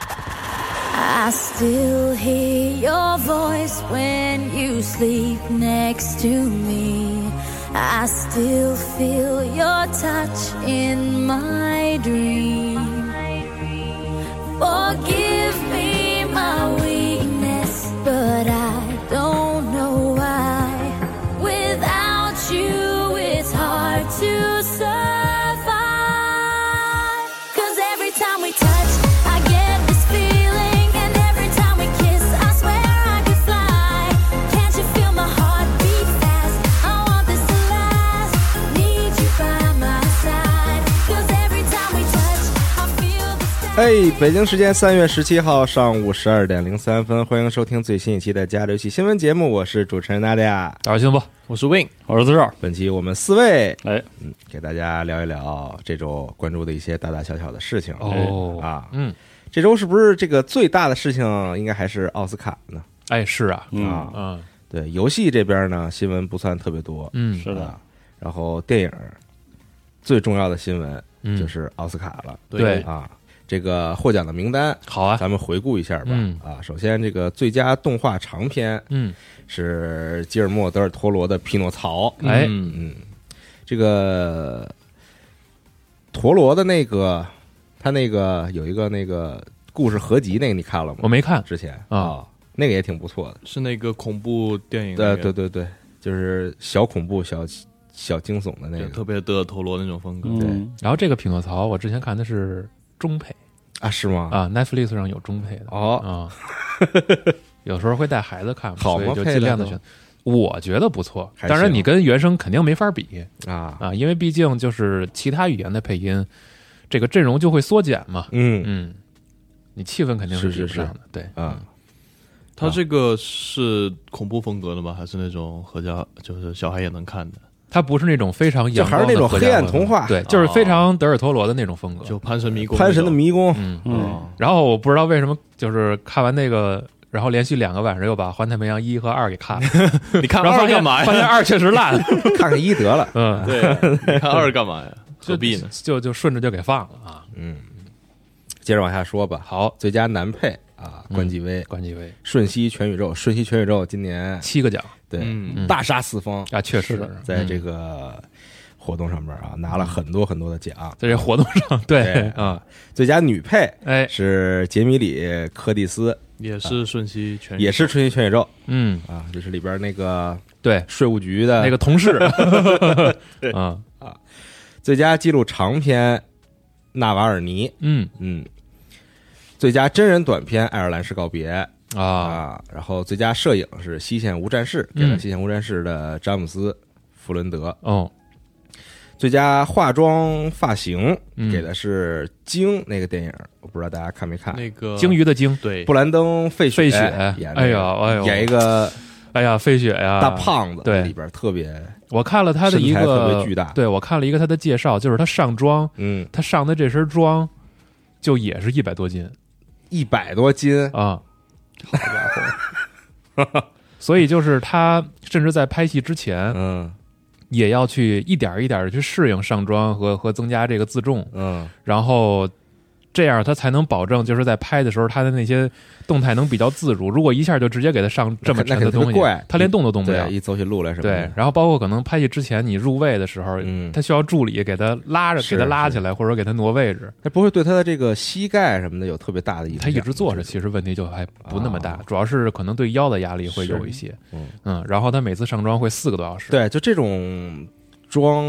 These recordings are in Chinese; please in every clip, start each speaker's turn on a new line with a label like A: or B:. A: I still hear your voice when you sleep next to me. I still feel your touch in my dream. Forgive Oh, me my weakness, but I don't know why. Without you, it's hard to survive. Cause every time we touch, I get this feeling. And every time we kiss, I swear I could fly. Can't you feel my heart beat fast? I want this to last. Need you by my side. Cause every time we touch, I feel the sky.
B: 哎，北京时间三月十七号上午十二点零三分，欢迎收听最新一期的《加州系新闻节目》，我是主持人娜迪亚。
C: 大家行吧，
D: 我是 Win，我是自少。
B: 本期我们四位
D: 哎，
B: 给大家聊一聊这周关注的一些大大小小的事情。
C: 哦
B: 啊，
C: 嗯，
B: 这周是不是这个最大的事情应该还是奥斯卡呢？
C: 哎，是啊，
B: 啊，
C: 嗯，
B: 对，游戏这边呢新闻不算特别多，
C: 嗯
D: 是的
B: 啊，然后电影最重要的新闻
C: 嗯
B: 就是奥斯卡了，
C: 对
B: 啊，这个获奖的名单
C: 好 啊，
B: 咱们回顾一下吧。
C: 嗯
B: 啊，首先这个最佳动画长片
C: 嗯，
B: 是吉尔莫·德尔托罗的《匹诺曹》。
C: 哎，
B: 嗯，这个陀螺的那个，他那个有一个那个故事合集，那个你看了吗？
C: 我没看，
B: 之前
C: 啊
B: 那个也挺不错的。
E: 是那个恐怖电影、那
B: 对
E: 个，
B: 对对对，就是小恐怖、小小惊悚的那
E: 对
B: 个
E: 特别德尔陀罗那种风格。
B: 对
D: 嗯，
C: 然后这个匹诺曹，我之前看的是中配
B: 啊，是吗？
C: 啊，Netflix 上有中配的
B: 哦，
C: 啊，有时候会带孩子看嘛，
B: 好
C: 所
B: 吗
C: 以就
B: 配
C: 尽量的
B: 的都
C: 选。我觉得不错，
B: 还
C: 当然
B: 行
C: 你跟原声肯定没法比
B: 啊，
C: 啊，因为毕竟就是其他语言的配音，这个阵容就会缩减嘛。
B: 嗯
C: 嗯，你气氛肯定
B: 是
C: 比
B: 是
C: 不
B: 是
C: 上的。对，
B: 啊，
E: 它这个是恐怖风格的吗？还是那种合家就是小孩也能看的？
C: 它不是那种非常
B: 就
C: 阳
B: 还
C: 光
B: 是
C: 的
B: 那种
C: 国家
B: 黑暗
C: 文化
B: 童话
C: 对，就是非
E: 哦
C: 常德尔陀罗的那种风格。
E: 就潘神迷宫那种，
B: 潘神的迷宫
C: 嗯，
E: 哦
D: 嗯，
C: 然后我不知道为什么，就是看完那个，然后连续两个晚上又把《环太平洋一》和二给看 了，
E: 你看
C: 然后
E: 二
C: 发现
E: 干嘛
C: 发现
E: 呀？
C: 二确实烂，
B: 看看一得了。
C: 嗯，
E: 对，你看二干嘛呀？何必呢？
C: 就就顺着就给放了啊。
B: 嗯，接着往下说吧。
C: 好，
B: 最佳男配啊，关继威，
C: 关继威
B: 瞬息全宇宙》，《瞬息全宇宙》今年
C: 七个奖
B: 对、
E: 嗯，
B: 大杀四方，
C: 啊，确实
B: 在这
C: 个
B: 个活动上面啊拿了很多很多的奖。
C: 在这活动上，对
B: 对
C: 啊，
B: 最佳女配
C: 哎，
B: 是杰米里·柯蒂斯，
E: 也是瞬息全
B: 也是《瞬息全宇宙
C: 嗯，》
B: 啊，就是里边那个
C: 对，
B: 税务局的
C: 那个。 同事， 啊，
B: 最佳纪录长片，纳瓦尔尼，
C: 嗯
B: 嗯。最佳真人短片《爱尔兰式告别》
C: 啊，
B: 啊，然后最佳摄影是《西线无战事》，给了
C: 嗯
B: 《西线无战事》的詹姆斯·弗伦德。
C: 哦，
B: 最佳化妆发型
C: 嗯
B: 给的是《鲸》那个电影，我不知道大家看没看。
E: 那个
C: 鲸，鱼的鲸，
E: 对，
B: 布兰登·费雪
C: 费雪，
B: 演的
C: 哎呀，哎呦，
B: 演一个
C: 哎呀，费雪呀，
B: 大胖子，
C: 对
B: 里边特别
C: 我看了啊他的一
B: 身材特
C: 个
B: 别巨大
C: 对我看了一个他的介绍，就是他上妆，
B: 嗯
C: 他上的这身妆就也是一百多斤
B: 一百多斤，
C: 啊，好家伙！所以就是他甚至在拍戏之前
B: 嗯
C: 也要去一点儿一点的去适应上妆和和增加这个自重，
B: 嗯
C: 然后这样他才能保证就是在拍的时候他的那些动态能比较自如。如果一下就直接给他上这么
B: 那
C: 沉的
B: 肯那肯定
C: 东西
B: 怪，
C: 他连动都动不了
B: 对，。一走起路来什么
C: 对
B: 的，，
C: 然后包括可能拍戏之前你入位的时候，
B: 嗯
C: 他需要助理给他拉着，
B: 是
C: 给他拉起来，或者给他挪位置。
B: 那不会对他的这个膝盖什么的有特别大的影响。
C: 他一直坐着，其实问题就还不那么大
B: 啊，
C: 主要是可能对腰的压力会有一些。
B: 嗯
C: 嗯，然后他每次上妆会四个多小时。，
B: 对，就这种妆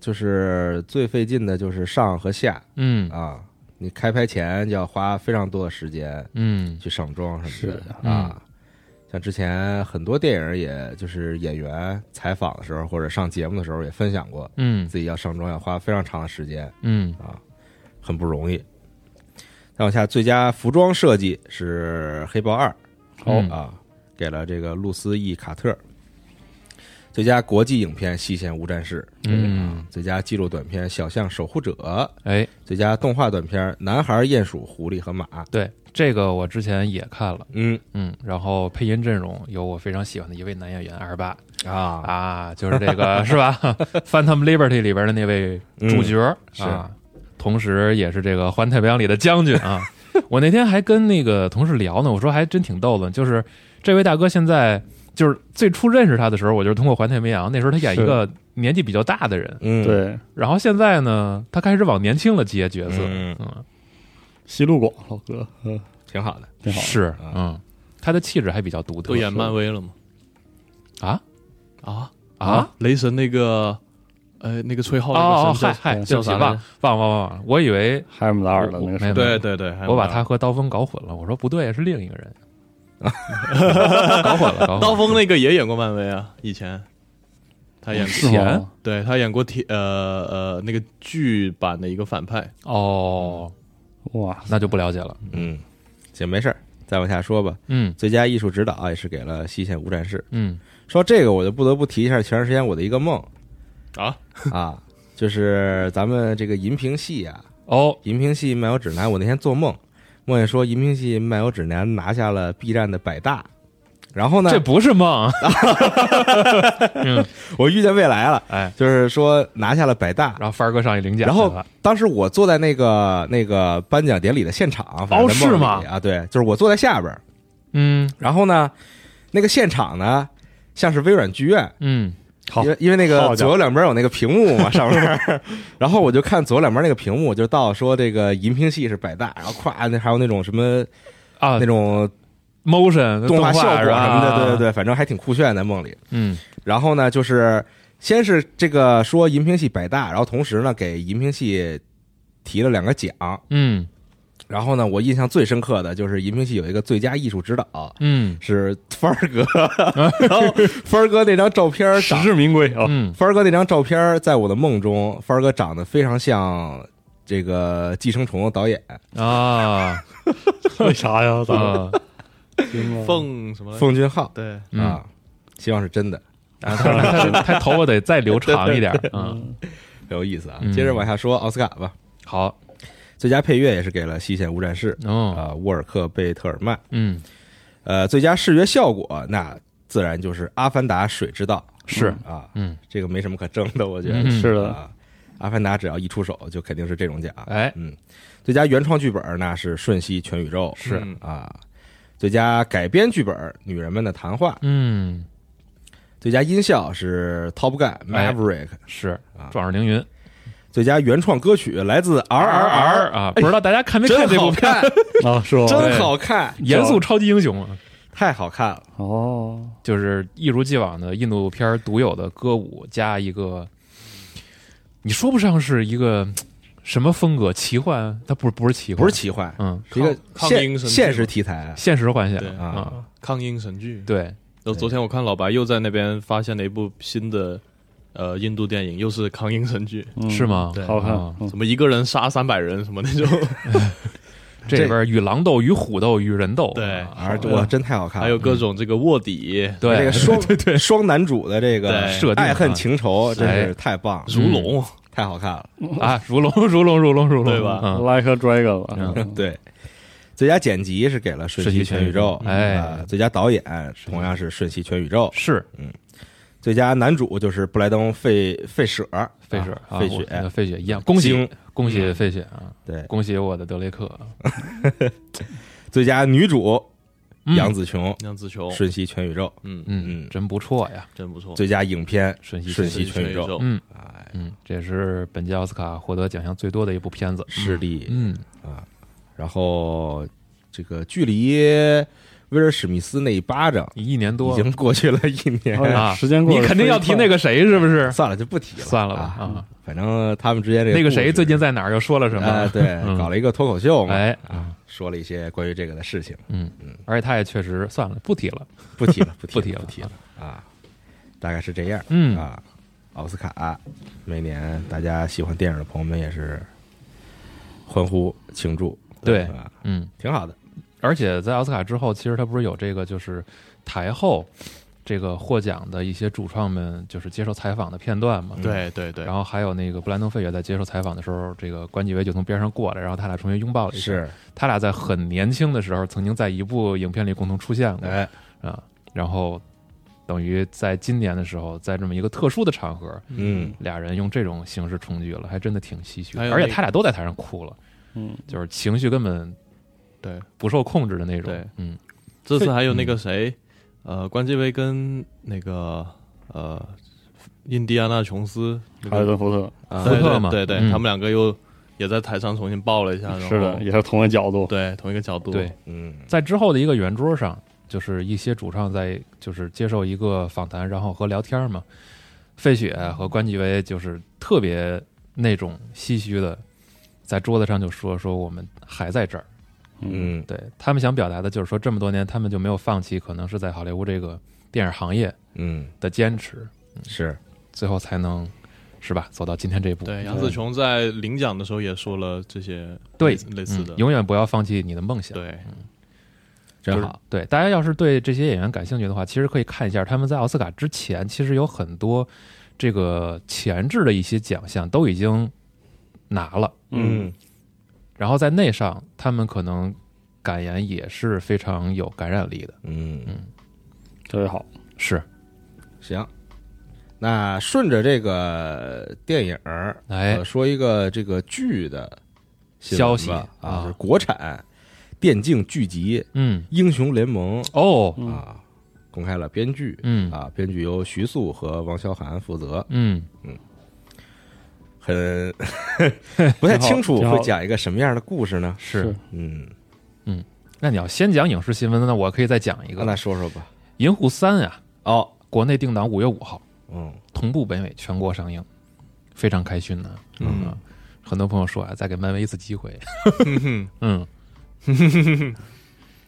B: 就是最费劲的，就是上和下
C: 嗯
B: 啊。你开拍前就要花非常多的时间，
C: 嗯，
B: 去上妆什么
D: 是
B: 的啊。像之前很多电影，也就是演员采访的时候或者上节目的时候也分享过，
C: 嗯
B: 自己要上妆要花非常长的时间
C: 嗯
B: 啊。很不容易。再往下，最佳服装设计是《黑豹二》，
C: 嗯
B: 啊，给了这个露丝 ·E· 卡特。最佳国际影片《西线无战事》，
C: 嗯，
B: 最佳纪录短片《小象守护者》，
C: 哎，
B: 最佳动画短片《男孩、鼹鼠、狐狸和马》。
C: 对，这个我之前也看了，
B: 嗯
C: 嗯，然后配音阵容有我非常喜欢的一位男演员二八
B: 啊，
C: 啊，就是这个是吧， 《Phantom Liberty》里边的那位主角、
B: 嗯是
C: 啊，同时也是这个《环太平洋》里的将军 啊。我那天还跟那个同事聊呢，我说还真挺逗的，就是这位大哥现在就是最初认识他的时候，我就是通过《环太平洋》，那时候他演一个年纪比较大的人，
B: 嗯，，
D: 对，
C: 然后现在呢，他开始往年轻了接角色，
B: 嗯，
C: 嗯，
D: 西路广老哥，嗯，
B: 挺好的。
D: 挺好。
C: 是，
B: 啊
C: 嗯，他的气质还比较独特，
E: 都演漫威了吗？
C: 啊
E: 啊
C: 啊！！
E: 雷神那个，呃，那个吹号
C: 哦
E: 那
C: 哦，
E: 个
C: 嗨
E: 神叫
C: 嗨，对
E: 叫
C: 不起，
E: 啥
C: 忘
E: 来
C: 忘
E: 着？
C: 忘忘忘，我以为
D: 海姆达尔的那个
C: 没有
D: 是
C: 没有
E: 对对对，还有
C: 我把
E: 那
C: 他和刀锋搞混了，我说不对，是另一个 人， 搞混了，搞混了。
E: 刀锋那个也演过漫威啊，以前他
C: 哦
E: 演
D: 是
E: 过，
D: 吗？
E: 对他演过铁呃呃那个剧版的一个反派，
C: 哦，
D: 哇，
C: 那就不了解了。
B: 嗯，行，没事儿，再往下说吧。
C: 嗯
B: 最佳艺术指导也是给了《西线无战事
C: 嗯》。
B: 说这个，我就不得不提一下前段时间我的一个梦
E: 啊
B: 啊，就是咱们这个银屏系啊，
C: 哦，
B: 银屏系漫游指南，我那天做梦，梦见说银屏系漫游指南拿下了 B 站的百大，然后呢
C: 这，不是梦，
B: 我遇见未来了，
C: 哎，
B: 就是说拿下了百大。
C: 然后凡儿哥上去领奖
B: 然
C: 去了，
B: 后当时我坐在那个那个颁奖典礼的现场，反正在梦
C: 是吗
B: 里啊，对，就是我坐在下边儿，
C: 嗯
B: 然后呢，那个现场呢像是微软剧院，
C: 嗯，好
B: 因为因为那个
D: 好家
B: 左
D: 伙
B: 右两边有那个屏幕嘛，上面儿，然后我就看左右两边那个屏幕，就到说这个银屏系是百大，然后咵，那还有那种什么
C: 啊啊
B: 那种
C: motion
B: 动画效果
C: 是
B: 什么的，
C: 吧？
B: 对对，对，反正还挺酷炫的梦里。
C: 嗯
B: 然后呢，就是先是这个说银屏系百大，然后同时呢给银屏系提了两个奖。
C: 嗯
B: 然后呢，我印象最深刻的就是银屏系有一个最佳艺术指导。
C: 嗯
B: 是帆儿 哥，然后帆儿哥那张照片儿
D: 实
B: 长
D: 至名归啊！
C: 嗯，
B: 帆儿哥那张照片儿在我的梦中，帆儿哥长得非常像这个《寄生虫》的导演
C: 哎啊
D: 为 啥呀？咋了？
C: 啊，哦
E: 凤什么来着
B: 奉俊昊
E: 对，
C: 嗯
B: 啊，希望是真的，
C: 啊他他他头发得再留长一点儿啊。
B: 很有意思啊
C: 嗯。
B: 接着往下说奥斯卡吧，
C: 好，
B: 最佳配乐也是给了《西线无战事》
C: 哦，
B: 啊，沃尔克·贝特尔曼。
C: 嗯，
B: 呃，最佳视觉效果那自然就是《阿凡达：水之道
C: 是》，
B: 啊，
C: 嗯，
B: 这个没什么可争的，我觉
C: 嗯
B: 得
D: 是的，
B: 啊，《阿凡达》只要一出手就肯定是这种奖。
C: 哎，
B: 嗯，最佳原创剧本儿那是《瞬息全宇宙》
C: 是
E: 嗯
B: 啊，最佳改编剧本儿《女人们的谈话》，
C: 嗯，
B: 最佳音效是《Top Gun
C: 哎
B: Maverick》，
C: 是
B: 啊
C: 壮士凌云
B: 最佳原创歌曲来自 R R R，
C: 啊，不知道大家看没看
B: 真
C: 这
B: 好
C: 部片？
B: 看，
D: 啊，是吗？
B: 真好看，
C: 严肃超级英雄啊，
B: 太好看了，
D: 哦，
C: 就是一如既往的印度片儿独有的歌舞加一个，你说不上是一个什么风格，奇幻，它不是不是奇幻，
B: 不是奇幻，
C: 嗯，
B: 是一个
E: 抗抗
B: 现
E: 英神剧
B: 现实题材
C: 现实幻想
E: 对
C: 啊、
B: 啊，
E: 抗英神剧。
C: 对，
E: 然后昨天我看老白又在那边发现了一部新的呃印度电影，又是抗英神剧，
D: 嗯
C: 是？吗？
E: 对
D: 好看
C: 啊，
D: 嗯
E: 什么一个人杀三百人什么那种，
C: 这里边与狼斗、与虎斗、与人斗，
E: 对
C: 啊
B: 而我真太好看
C: 嗯
B: 了，
E: 还有各种这个卧底、
C: 对
B: 这 个双双男主的这个
E: 对
C: 设定啊
B: 爱恨情仇，真
C: 哎
B: 是太棒，了，嗯
E: 如龙，
B: 太好看了，
C: 啊，如龙、 如龙、如龙、如龙，
E: 对吧
C: 嗯，
D: Like a Dragon 了，
B: 对。最佳剪辑是给了《瞬息全宇宙》，
C: 哦瞬息全宇宙
B: 啊
C: 哎
B: 最佳导演同样是《瞬息全宇宙》，
C: 是
B: 最佳男主就是布莱登·费费舍，
C: 费雪
B: 啊
C: 啊，
B: 费
C: 我
B: 雪，嗯
C: 跟费雪一样，恭喜
B: 京
C: 恭喜费雪啊，
B: 对，
C: 恭喜我的德雷克啊，
B: 最佳女主杨紫琼，
E: 酿自球，
B: 瞬息全宇宙》，
E: 嗯，
C: 嗯，
B: 嗯
C: 真不错呀，
E: 真不错。
B: 最佳影片
C: 瞬息
B: 瞬
C: 全
B: 息全宇宙，
C: 嗯
B: 哎，
C: 嗯，这也是本届奥斯卡获得奖项最多的一部片子。
B: 视力，
C: 嗯，
B: 然后这个距离威尔史密斯那一巴掌
C: 一年
B: 已
C: 多
B: 经过去了一年，
D: 哎
C: 啊，
D: 时间过得
C: 你肯定要提那个谁是不是？
B: 算了就不提了，
C: 算了吧
B: 啊，
C: 啊，
B: 反正他们之间这
C: 那
B: 个
C: 个
B: 故事
C: 谁最近在哪儿又说了什
B: 哎
C: 么？
B: 对
C: 嗯
B: 搞了一个脱口秀嘛，
C: 哎，
B: 啊，说了一些关于这个的事情，
C: 嗯，而且他也确实算了，不提了。
B: 不提 了，不提
C: 不提了
B: 不提了啊，大概是这样，
C: 嗯
B: 啊，奥斯卡每年大家喜欢电影的朋友们也是欢呼庆祝，
C: 对
B: 啊，
C: 嗯，
B: 挺好的。
C: 而且在奥斯卡之后，其实他不是有这个就是台后这个获奖的一些主创们就是接受采访的片段嘛，
E: 对对对
C: 然，后还有那个布兰登·费雪在接受采访的时候，这个关继威就从边上过来，然后他俩重新拥抱了一下。
B: 是，
C: 他俩在很年轻的时候曾经在一部影片里共同出现过
B: 哎，
C: 啊。然后等于在今年的时候，在这么一个特殊的场合，
B: 嗯，
C: 俩人用这种形式重聚了，还真的挺唏嘘的
E: 还。有
C: 而且
E: 那
C: 他俩都在台上哭了，
D: 嗯，
C: 就是情绪根本
E: 对，
C: 不受控制的那种。
E: 对，
C: 嗯，
E: 这次还有那个谁，呃，关继威跟那个呃，印第安纳琼斯，那
D: 还有
E: 个
D: 顿福特，
B: 啊
C: 福
E: 对
C: 特
E: 对
C: 嘛
E: 呃对对，
C: 嗯
E: 他们两个又也在台上重新抱了一下，然后
D: 是的，也是同一个角度，
E: 对，同一个角度，
C: 对，
B: 嗯，
C: 在之后的一个圆桌上，就是一些主唱在就是接受一个访谈，然后和聊天嘛。费雪和关继威就是特别那种唏嘘的，在桌子上就说说我们还在这儿。
B: 嗯，
C: 对他们想表达的就是说，这么多年他们就没有放弃，可能是在好莱坞这个电影行业
B: 嗯，
C: 的坚持，
B: 是，
C: 最后才能是吧走到今天这一步。
E: 对，杨紫琼在领奖的时候也说了这些
C: 对
E: 类似类似的
C: 嗯，，永远不要放弃你的梦想。
E: 对，
B: 真
C: 就是
B: 好，
C: 对，大家要是对这些演员感兴趣的话，其实可以看一下他们在奥斯卡之前，其实有很多这个前置的一些奖项都已经拿了，
D: 嗯，
C: 然后在那上他们可能感言也是非常有感染力的。
B: 嗯，
D: 特别好，
C: 是，
B: 行。那顺着这个电影儿，
C: 哎
B: 呃，说一个这个剧的新闻
C: 消息
B: 吧啊，
C: 啊
B: 是国产电竞剧集《
C: 嗯，
B: 英雄联盟
C: 哦，》
B: 啊，公开了编剧
C: 嗯
B: 啊，编剧由徐素和王萧涵负责，
C: 嗯，
B: 很不太清楚
D: 挺好
B: 会讲一个什么样的故事呢？
C: 是。
B: 嗯，
C: 那你要先讲影视新闻，那我可以再讲一个
B: 那
C: 《
B: 来说说吧。
C: 银护三》啊，
B: 哦，
C: 国内定档五月五号，
B: 嗯，
C: 同步北美全国上映，非常开心呢、
E: 嗯
C: 啊很多朋友说啊，再给漫威一次机会。嗯，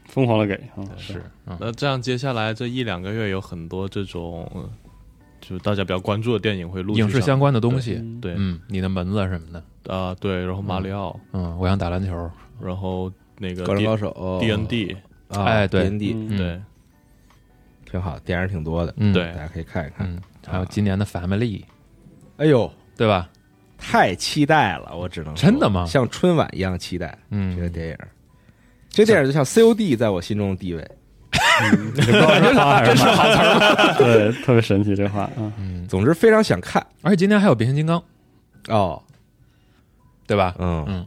D: 疯狂的给啊，
C: 是，嗯，
E: 那这样接下来这一两个月有很多这种，呃就是大家比较关注的电影会陆续
C: 影视
E: 上
C: 相关的东西，
D: 嗯
E: 对
C: 嗯，你的门子什么的，
E: 啊对，然后马里奥，
C: 嗯，我想打篮球，
E: 然后那个
B: 高人
E: D
B: 高手
E: D N D，
B: 啊
C: 哎对
B: ，D N D
D: 嗯
C: 嗯
E: 对
B: 挺好，电影挺多的，
C: 嗯，
E: 对
B: 大家可以看一看。
C: 嗯，还有今年的 Family，
B: 哎呦，
C: 对吧？
B: 太期待了，我只能说
C: 真的吗
B: 像春晚一样期待这个
C: 嗯，
B: 电影。这电影就像 C O D 在我心中的地位。
D: 这不知道是话还是好词 儿，对，特别神奇这话啊，
B: 总之非常想看
C: 嗯而且今年还有变形金刚，
B: 哦，
C: 对吧？
B: 嗯，
C: 嗯，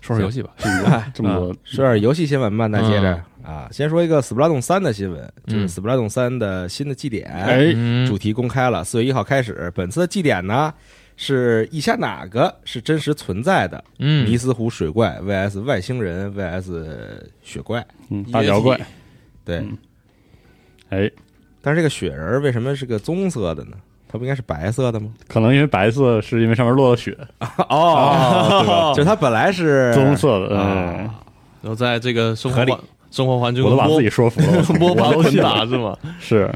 C: 说说游戏吧，
B: 哎
D: 这么多
B: 说点游戏新闻吧，那接着
C: 嗯
B: 啊，先说一个《Splatoon 三》的新闻，就是
C: 嗯
B: 《Splatoon 三》的新的祭典
D: 哎，
C: 嗯
B: 主题公开了，四月一号开始。本次的祭典呢，是以下哪个是真实存在的？
C: 嗯，
B: 尼斯湖水怪 VS 外星人 VS 雪怪，
D: 嗯，大脚怪，
B: 对，
D: 哎，
B: 但是这个雪人为什么是个棕色的呢？它不应该是白色的 吗？
D: 可能因为白色是因为上面落了雪，
B: 哦，对
D: 嗯
B: 吧？就它本来是
D: 棕，色的，哎
B: 啊
E: 然后在这个生活
B: 合理
E: 环生活环境
D: 我
E: 中
D: 都把
E: 摸
D: 自己说服了，
E: 摸爬
D: 我都
E: 滚
D: 信
E: 打
D: 了，
E: 是吗？
D: 是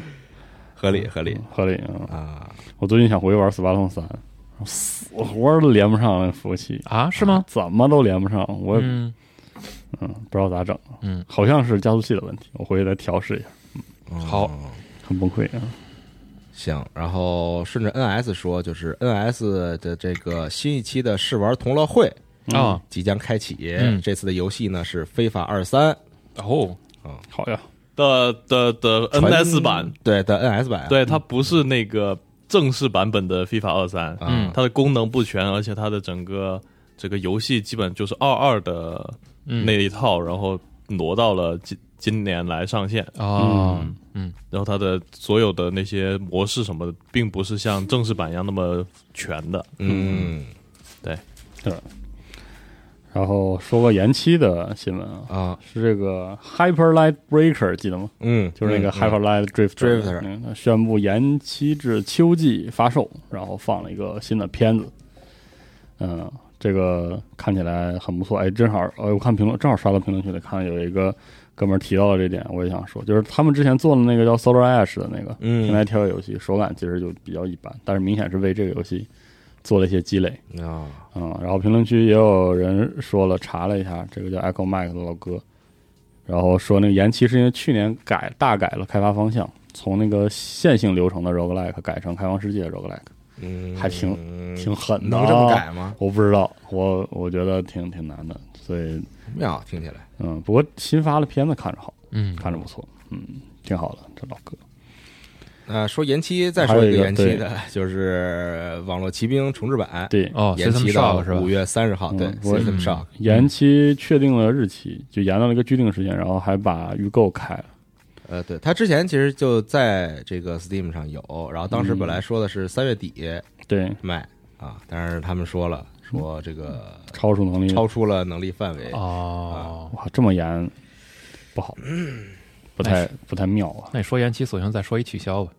B: 合理合理
D: 合理啊。
B: 啊！
D: 我最近想回去玩《斯巴通三》，死活儿都连不上那服务器，
C: 啊，是吗？
D: 怎么都连不上，我也
C: 嗯
D: 嗯不知道咋整，
C: 嗯，
D: 好像是加速器的问题，我回去再调试一下，嗯哦
C: 好，
D: 很崩溃啊。
B: 行，然后顺着 NS 说，就是 NS 的这个新一期的试玩同乐会
C: 啊，
B: 即将开启。
C: 嗯
B: 这次的游戏呢是《非法二三》
C: 哦，
D: 好呀，
E: 的的的 NS
B: 传
E: 版，，
B: 对的 NS 版，啊
E: 对，它不是那个正式版本的 FIFA 二三，
C: 嗯
B: 啊，
E: 它的功能不全，而且它的整个这个游戏基本就是二二的
C: 嗯
E: 那一套，然后挪到了今今年来上线。
C: 哦，
E: 然后它的所有的那些模式什么的，并不是像正式版一样那么全的。
B: 嗯
D: 然后说个延期的新闻啊，
B: 啊，
D: 是这个 Hyperlight Breaker 记得吗？
B: 嗯，
D: 就是那个
B: 嗯
D: Hyperlight Drift
B: Drifter
D: 嗯，宣布延期至秋季发售，然后放了一个新的片子，嗯，这个看起来很不错，哎，正好，呃，我看评论，正好刷到评论区里看有一个哥们儿提到了这点，我也想说，就是他们之前做的那个叫 Solar Ash 的那个
B: 嗯
D: 平台跳跃游戏，手感其实就比较一般，但是明显是为这个游戏做了一些积累。
B: 啊，
D: 嗯，然后评论区也有人说了，查了一下，这个叫 Echo Mike 的老哥，然后说那个延期是因为去年改大改了开发方向，从那个线性流程的 roguelike 改成开放世界的 roguelike，
B: 嗯，
D: 还挺挺狠的、啊。
B: 能这么？改吗？
D: 我不知道，我我觉得挺挺难的，所以
B: 妙，听起来
D: 嗯，不过新发的片子看着好，
C: 嗯，
D: 看着不错，嗯，挺好的，这老哥。
B: 啊，说延期，再
D: 还
B: 说
D: 有一
B: 个
D: 个
B: 延期的，就是《网络骑兵》重制版，
D: 对，
C: 哦，
B: 延期
C: System
B: 到
C: Shock 是吧
B: 五？月三十号，
D: 嗯
B: 对
D: 我
B: ，System Shock，
D: 延期确定了日期，就延到了一个预定时间，然后还把预购开了。
B: 呃，对，他之前其实就在这个 Steam 上有，然后当
D: 嗯
B: 时本来说的是三月底
D: 对，
B: 卖啊，但是他们说了，说这个
D: 超出能力
B: 超出了能力范围，
C: 哦，
D: 哇，这么严，不好，不太不太妙啊。
C: 那你说延期，索性再说一取消吧。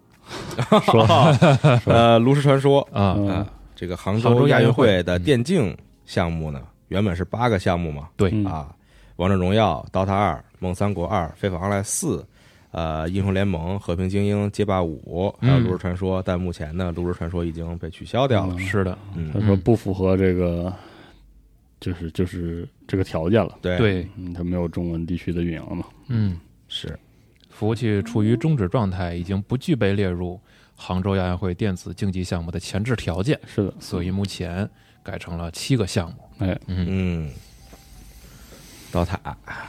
D: 说
B: 呃，炉石传说
C: 啊，
D: 嗯
B: 啊，这个杭
C: 杭州
B: 州
C: 亚
B: 亚
C: 运
B: 运
C: 会
B: 会的电竞项目呢，原本是八个项目嘛，
C: 对，
D: 嗯
B: 啊，王者荣耀、DOTA 二、梦三国二、非法 online 四，呃，英雄联盟、和平精英、街霸五，还有
C: 嗯
B: 炉石传说。但目前呢，炉石传说已经被取消掉了。
D: 嗯
C: 是的，
B: 嗯
D: 他，说
C: 嗯
D: 不符合这个，就是就是这个条件了。
B: 对，
C: 对，
D: 嗯，他没有中文地区的运营了嘛？
C: 嗯，
B: 是，
C: 服务器处于终止状态，已经不具备列入杭州亚运会电子竞技项目的前置条件，
D: 是的，
C: 所以目前改成了七个项目。
D: 哎
C: 嗯，
B: 嗯，刀塔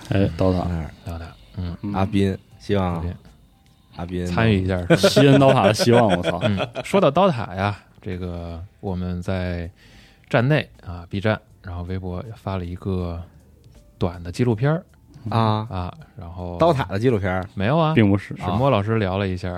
D: 哎，刀塔
B: 那儿
C: 聊聊，嗯，
B: 阿斌，希望
C: 阿斌
B: 阿斌
C: 参与一下。
D: 吸人刀塔的希望，我操！
C: 嗯，说到刀塔呀，这个我们在站内啊，B 站，然后微博发了一个短的纪录片儿
B: 啊，
C: 啊，然后
B: 刀塔的纪录片儿
C: 没有啊，
D: 并不是
C: 沈墨老师聊了一下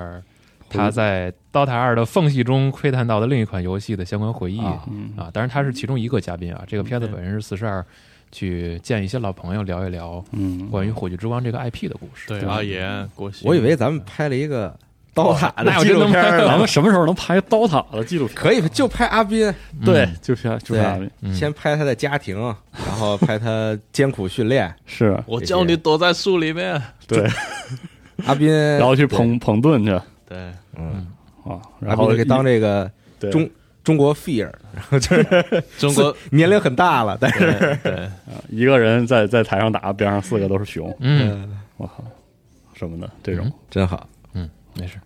C: 他在《刀塔二》的缝隙中窥探到的另一款游戏的相关回忆
B: 啊
C: 啊，
D: 嗯，
C: 当然他是其中一个嘉宾啊。这个片子
D: 嗯
C: 本身是四十二去见一些老朋友聊一聊
D: 嗯，
C: 关于《火炬之光》这个 IP 的故事。
E: 对
D: 对
E: 阿岩、国玺，
B: 我以为咱们拍了一个刀塔的
C: 那我
B: 纪
C: 真
B: 录
C: 能
B: 片
C: 拍
B: 儿
C: 了
D: 嗯 咱
B: 呢，
D: 们什么时候能拍刀塔的纪录片？
B: 可以就拍阿斌，
C: 嗯
D: 对，，就是啊就是啊
C: 嗯
B: 先拍他的家庭，然后拍他艰苦训练。
D: 是，啊
E: 我叫你躲在树里面。
D: 对，
B: 阿 斌，
D: 然后去捧捧顿去啊，
E: 对，
B: 嗯，
D: 然
B: 阿斌
D: 后
B: 就给当这个
D: 对
B: 中中国 fear，然后就是
E: 中国
B: 年龄很大了，但是
E: 对对
D: 一个人在在台上打，边上四个都是熊，
C: 嗯，
D: 我靠，什么的这种，
B: 真好。
C: 没事，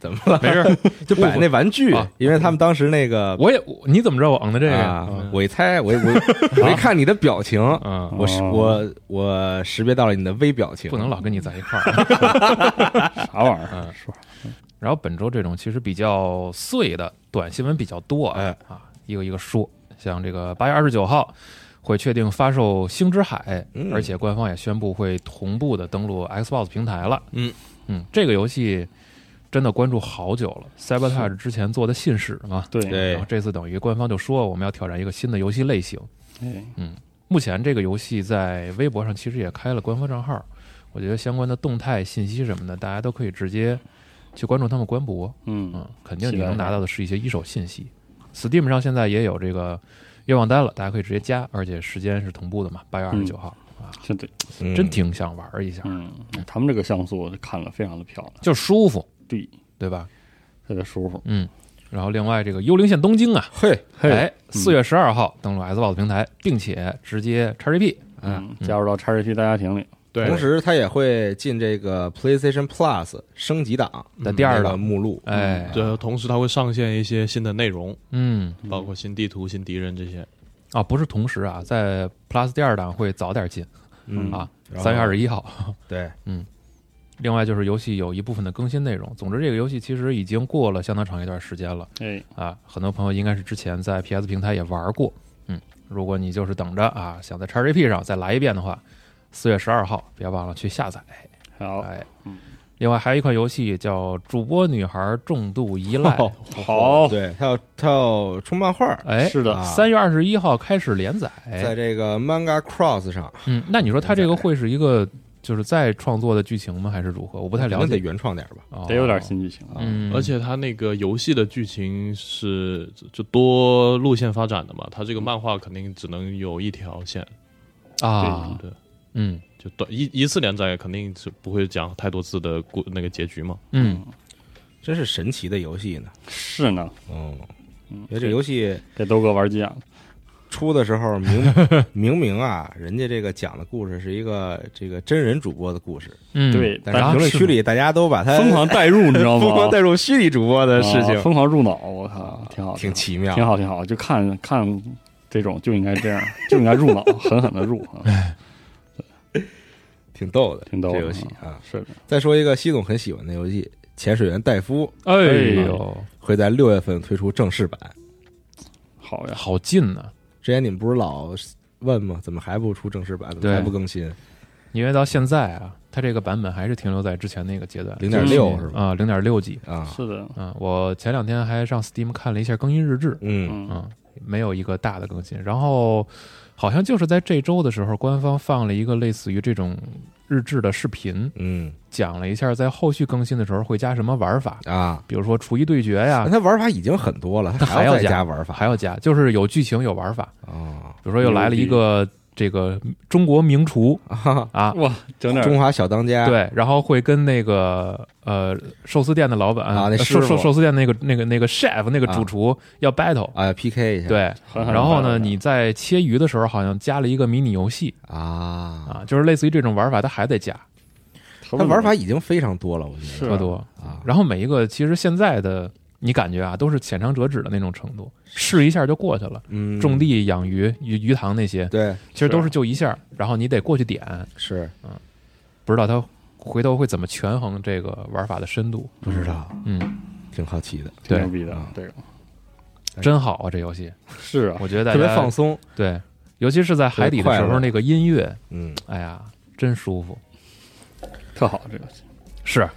B: 怎么了？
C: 没事儿。
B: 就摆那玩具
C: 啊，
B: 因为他们当时那个
C: 我也我你怎么知道我嗯的这个啊呀？
B: 啊，我一猜，我我我一看你的表情，
C: 嗯，
B: 我识我我识别到了你的微表情，
C: 不能老跟你在一块儿。
D: 啥玩意儿？说
C: 然后本周这种其实比较碎的短新闻比较多，
B: 哎
C: 啊，一个一个说，像这个八月二十九号会确定发售《星之海》
B: 嗯
C: 而且官方也宣布会同步的登陆 Xbox 平台了。
E: 嗯
C: 嗯，这个游戏真的关注好久了，Sabotage 之前做的信使嘛，
D: 对
B: 对
C: 然后这次等于官方就说我们要挑战一个新的游戏类型。
D: 哎
C: 目前这个游戏在微博上其实也开了官方账号，我觉得相关的动态信息什么的，大家都可以直接去关注他们官博。
D: 嗯
C: 嗯，肯定你
D: 期待
C: 能拿到的是一些一手信息。Steam 上现在也有这个愿望单了，大家可以直接加，而且时间是同步的嘛，八月二十九号，
D: 是的，
B: 嗯
C: 真挺想玩一下，
D: 嗯，他们这个像素我看了非常的漂亮，
C: 就舒服，
D: 对，
C: 对吧？
D: 特别舒服。
C: 嗯。然后另外这个《幽灵线：东京》啊，
B: 嘿，
C: 哎，四月十二号登陆 Xbox 平台，并且直接 XGP
D: 嗯，加入到叉 g p 大家庭里，
E: 对，
B: 同时它也会进这个 PlayStation Plus 升级档
C: 的第二
B: 个
C: 档，
B: 目录，
C: 哎，
E: 对，同时它会上线一些新的内容，
C: 嗯，
E: 包括新地图、新敌人这些。
C: 啊，不是同时啊，在 Plus 第二档会早点进
B: 嗯
C: 啊，
B: 然后
C: 三月二十一号。
B: 对，
C: 另外就是游戏有一部分的更新内容。总之，这个游戏其实已经过了相当长一段时间了
D: 哎，
C: 啊，很多朋友应该是之前在 PS 平台也玩过。嗯，如果你就是等着啊，想在 XGP 上再来一遍的话，四月十二号别忘了去下载。
D: 好，
C: 哎
D: 嗯，
C: 另外还有一款游戏叫《主播女孩重度依赖》，
D: 好，
B: 对，它要它要出漫画儿，
C: 哎，
D: 是的，
B: 啊
C: 三月二十一号开始连载。
B: 在这个 Manga Cross 上，
C: 嗯，那你说它这个会是一个就是再创作的剧情吗？还是如何？我不
B: 不
C: 太了
B: 得
C: 解，
B: 原创点儿吧，
C: 哦
D: 得有点新剧情啊。
C: 嗯，
E: 而且它那个游戏的剧情是就多路线发展的嘛，它这个漫画肯定只能有一条线
C: 啊，
E: 对，
C: 嗯
E: 就短一一次连载肯定是不会讲太多次的故那个结局嘛。
C: 嗯，
B: 真是神奇的游戏呢。
D: 是呢，
B: 嗯，
D: 嗯，
B: 因为这游戏
D: 给豆哥玩急眼了。
B: 出的时候明明明啊，人家这个讲的故事是一个这个真人主播的故事，
C: 嗯，
D: 对
B: 但是
C: 然后
B: 评论
C: 是
B: 区里大家都把它
D: 疯狂代入，你知道
B: 哎
D: 吗？
B: 疯狂带入虚拟主播的事
D: 啊
B: 情，
D: 疯狂入脑，我靠，挺好，
B: 挺奇妙
D: 挺。好，挺好，就看看这种就应该这样，就应该入脑，狠狠的入啊！
B: 挺逗的，
D: 挺逗的
B: 这游戏啊。
D: 是的，
B: 再说一个西总很喜欢的游戏《潜水员戴夫
C: 哎
D: 哎
C: 呦，》，
B: 会在六月份推出正式版。
D: 好呀，
C: 好近啊呢、
B: 之前你们不是老问吗？怎么还不出正式版？怎么
C: 对
B: 还不更新？
C: 因为到现在啊，它这个版本还是停留在之前那个阶段，
B: 零点
C: 就是
B: 六是吧？
C: 啊，零点六级。
B: 啊，
D: 是的，
C: 嗯，我前两天还上 Steam 看了一下更新日志，
B: 嗯，
D: 嗯，
C: 嗯，没有一个大的更新。然后好像就是在这周的时候，官方放了一个类似于这种日志的视频，
B: 嗯
C: 讲了一下在后续更新的时候会加什么玩法，
B: 啊，
C: 比如说厨艺对决呀
B: 那，它玩法已经很多了，它
C: 它还
B: 要
C: 要
B: 再
C: 加
B: 加玩法
C: 还要加，就是有剧情有玩法。
B: 哦
C: 比如说又来了一个这个中国名 厨
B: 啊哈哈，
C: 啊，
D: 哇，整点
B: 中华小当家，
C: 对，然后会跟那个呃寿司店的老板
B: 啊那
C: 呃
B: 师
C: 寿
B: 傅
C: 寿寿司店那个那个那个 chef 那个
B: 啊
C: 主厨要 battle，
B: 啊，PK 一下，
C: 对，
D: 狠狠地
C: 然后呢
D: 玩
C: 你在切鱼的时候好像加了一个迷你游戏
B: 啊，
C: 啊，就是类似于这种玩法，它还得加
D: 它
B: 它玩法已经非常多了，我觉
D: 是
B: 得
C: 特多。
B: 啊，
C: 然后每一个其实现在的你感觉啊都是浅尝辄止的那种程度，试一下就过去了。
B: 嗯，
C: 种地养鱼、鱼鱼塘那些，
B: 对
C: 其实都
D: 是
C: 是就一下，然后你得过去点，
B: 是
C: 不知道它回头会怎么权衡这个玩法的深度。
B: 不知道，
C: 嗯，
B: 挺好奇的，
D: 挺
C: 对
D: 牛，逼的
B: 啊，
D: 这个
C: 真好啊，这游戏，
D: 是啊，
C: 我觉得大
B: 特别
C: 家
B: 放松，
C: 对，尤其是在海底的时
B: 特别快乐
C: 候，那个音乐，
B: 嗯，
C: 哎呀，真舒服。
D: 特好，这个游戏
C: 是，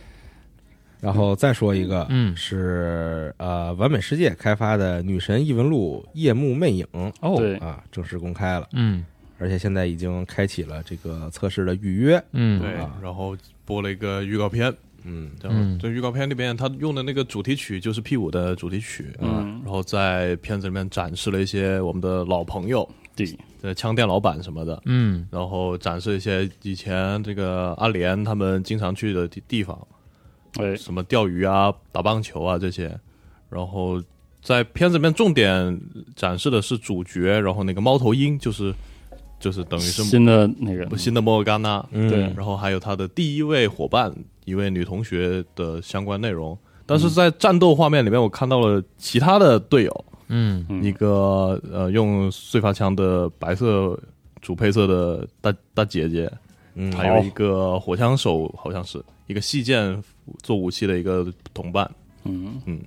B: 然后再说一个，
C: 嗯
B: 是呃，完美世界开发的《女神异闻录：夜幕魅影》
C: 哦，
D: 对
B: 啊，正式公开了，
C: 嗯
B: 而且现在已经开启了这个测试的预约，
C: 嗯，
E: 对，然后播了一个预告片，
B: 嗯
E: 这样
C: 嗯
E: 这预告片里边他用的那个主题曲就是 P 五的主题曲，
D: 嗯
E: 然后在片子里面展示了一些我们的老朋友，
D: D
E: 呃，枪店老板什么的，
C: 嗯
E: 然后展示一些以前这个阿联他们经常去的地地方，
D: 哎，
E: 什么钓鱼啊、打棒球啊这些。然后在片子里面重点展示的是主角，然后那个猫头鹰就是就是等于是
D: 新的那个
E: 新的莫尔甘娜，
B: 嗯
D: 对
E: 然后还有他的第一位伙伴一位女同学的相关内容。但是在战斗画面里面，我看到了其他的队友，
C: 嗯
D: 嗯
E: 一个呃用碎发枪的白色主配色的大大姐姐，
B: 嗯，
E: 还有一个火枪手，好像是一个细剑做武器的一个同伴。
D: 嗯，
E: 嗯，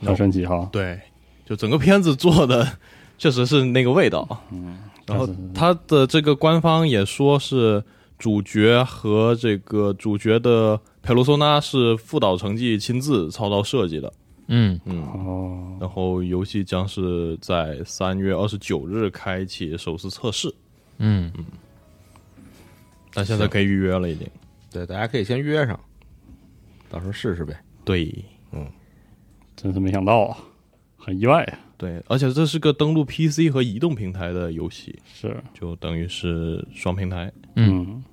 D: 很神奇哈，
E: 对，就整个片子做的 确实是那个味道。
D: 嗯，
E: 然后
D: 但是
E: 他的这个官方也说是主角和这个主角的佩罗索纳是副导成绩亲自操刀设计的。
C: 嗯
E: 嗯，
D: 哦，
E: 然后游戏将是在三月二十九日开启首次测试，
C: 嗯，
E: 但现在可以预约了已经。
B: 对，大家可以先约上，到时候试试呗。
E: 对。
D: 真是没想到啊，很意外啊，
E: 对，而且这是个登录 PC 和移动平台的游戏，
D: 是，
E: 就等于是双平台。
D: 嗯，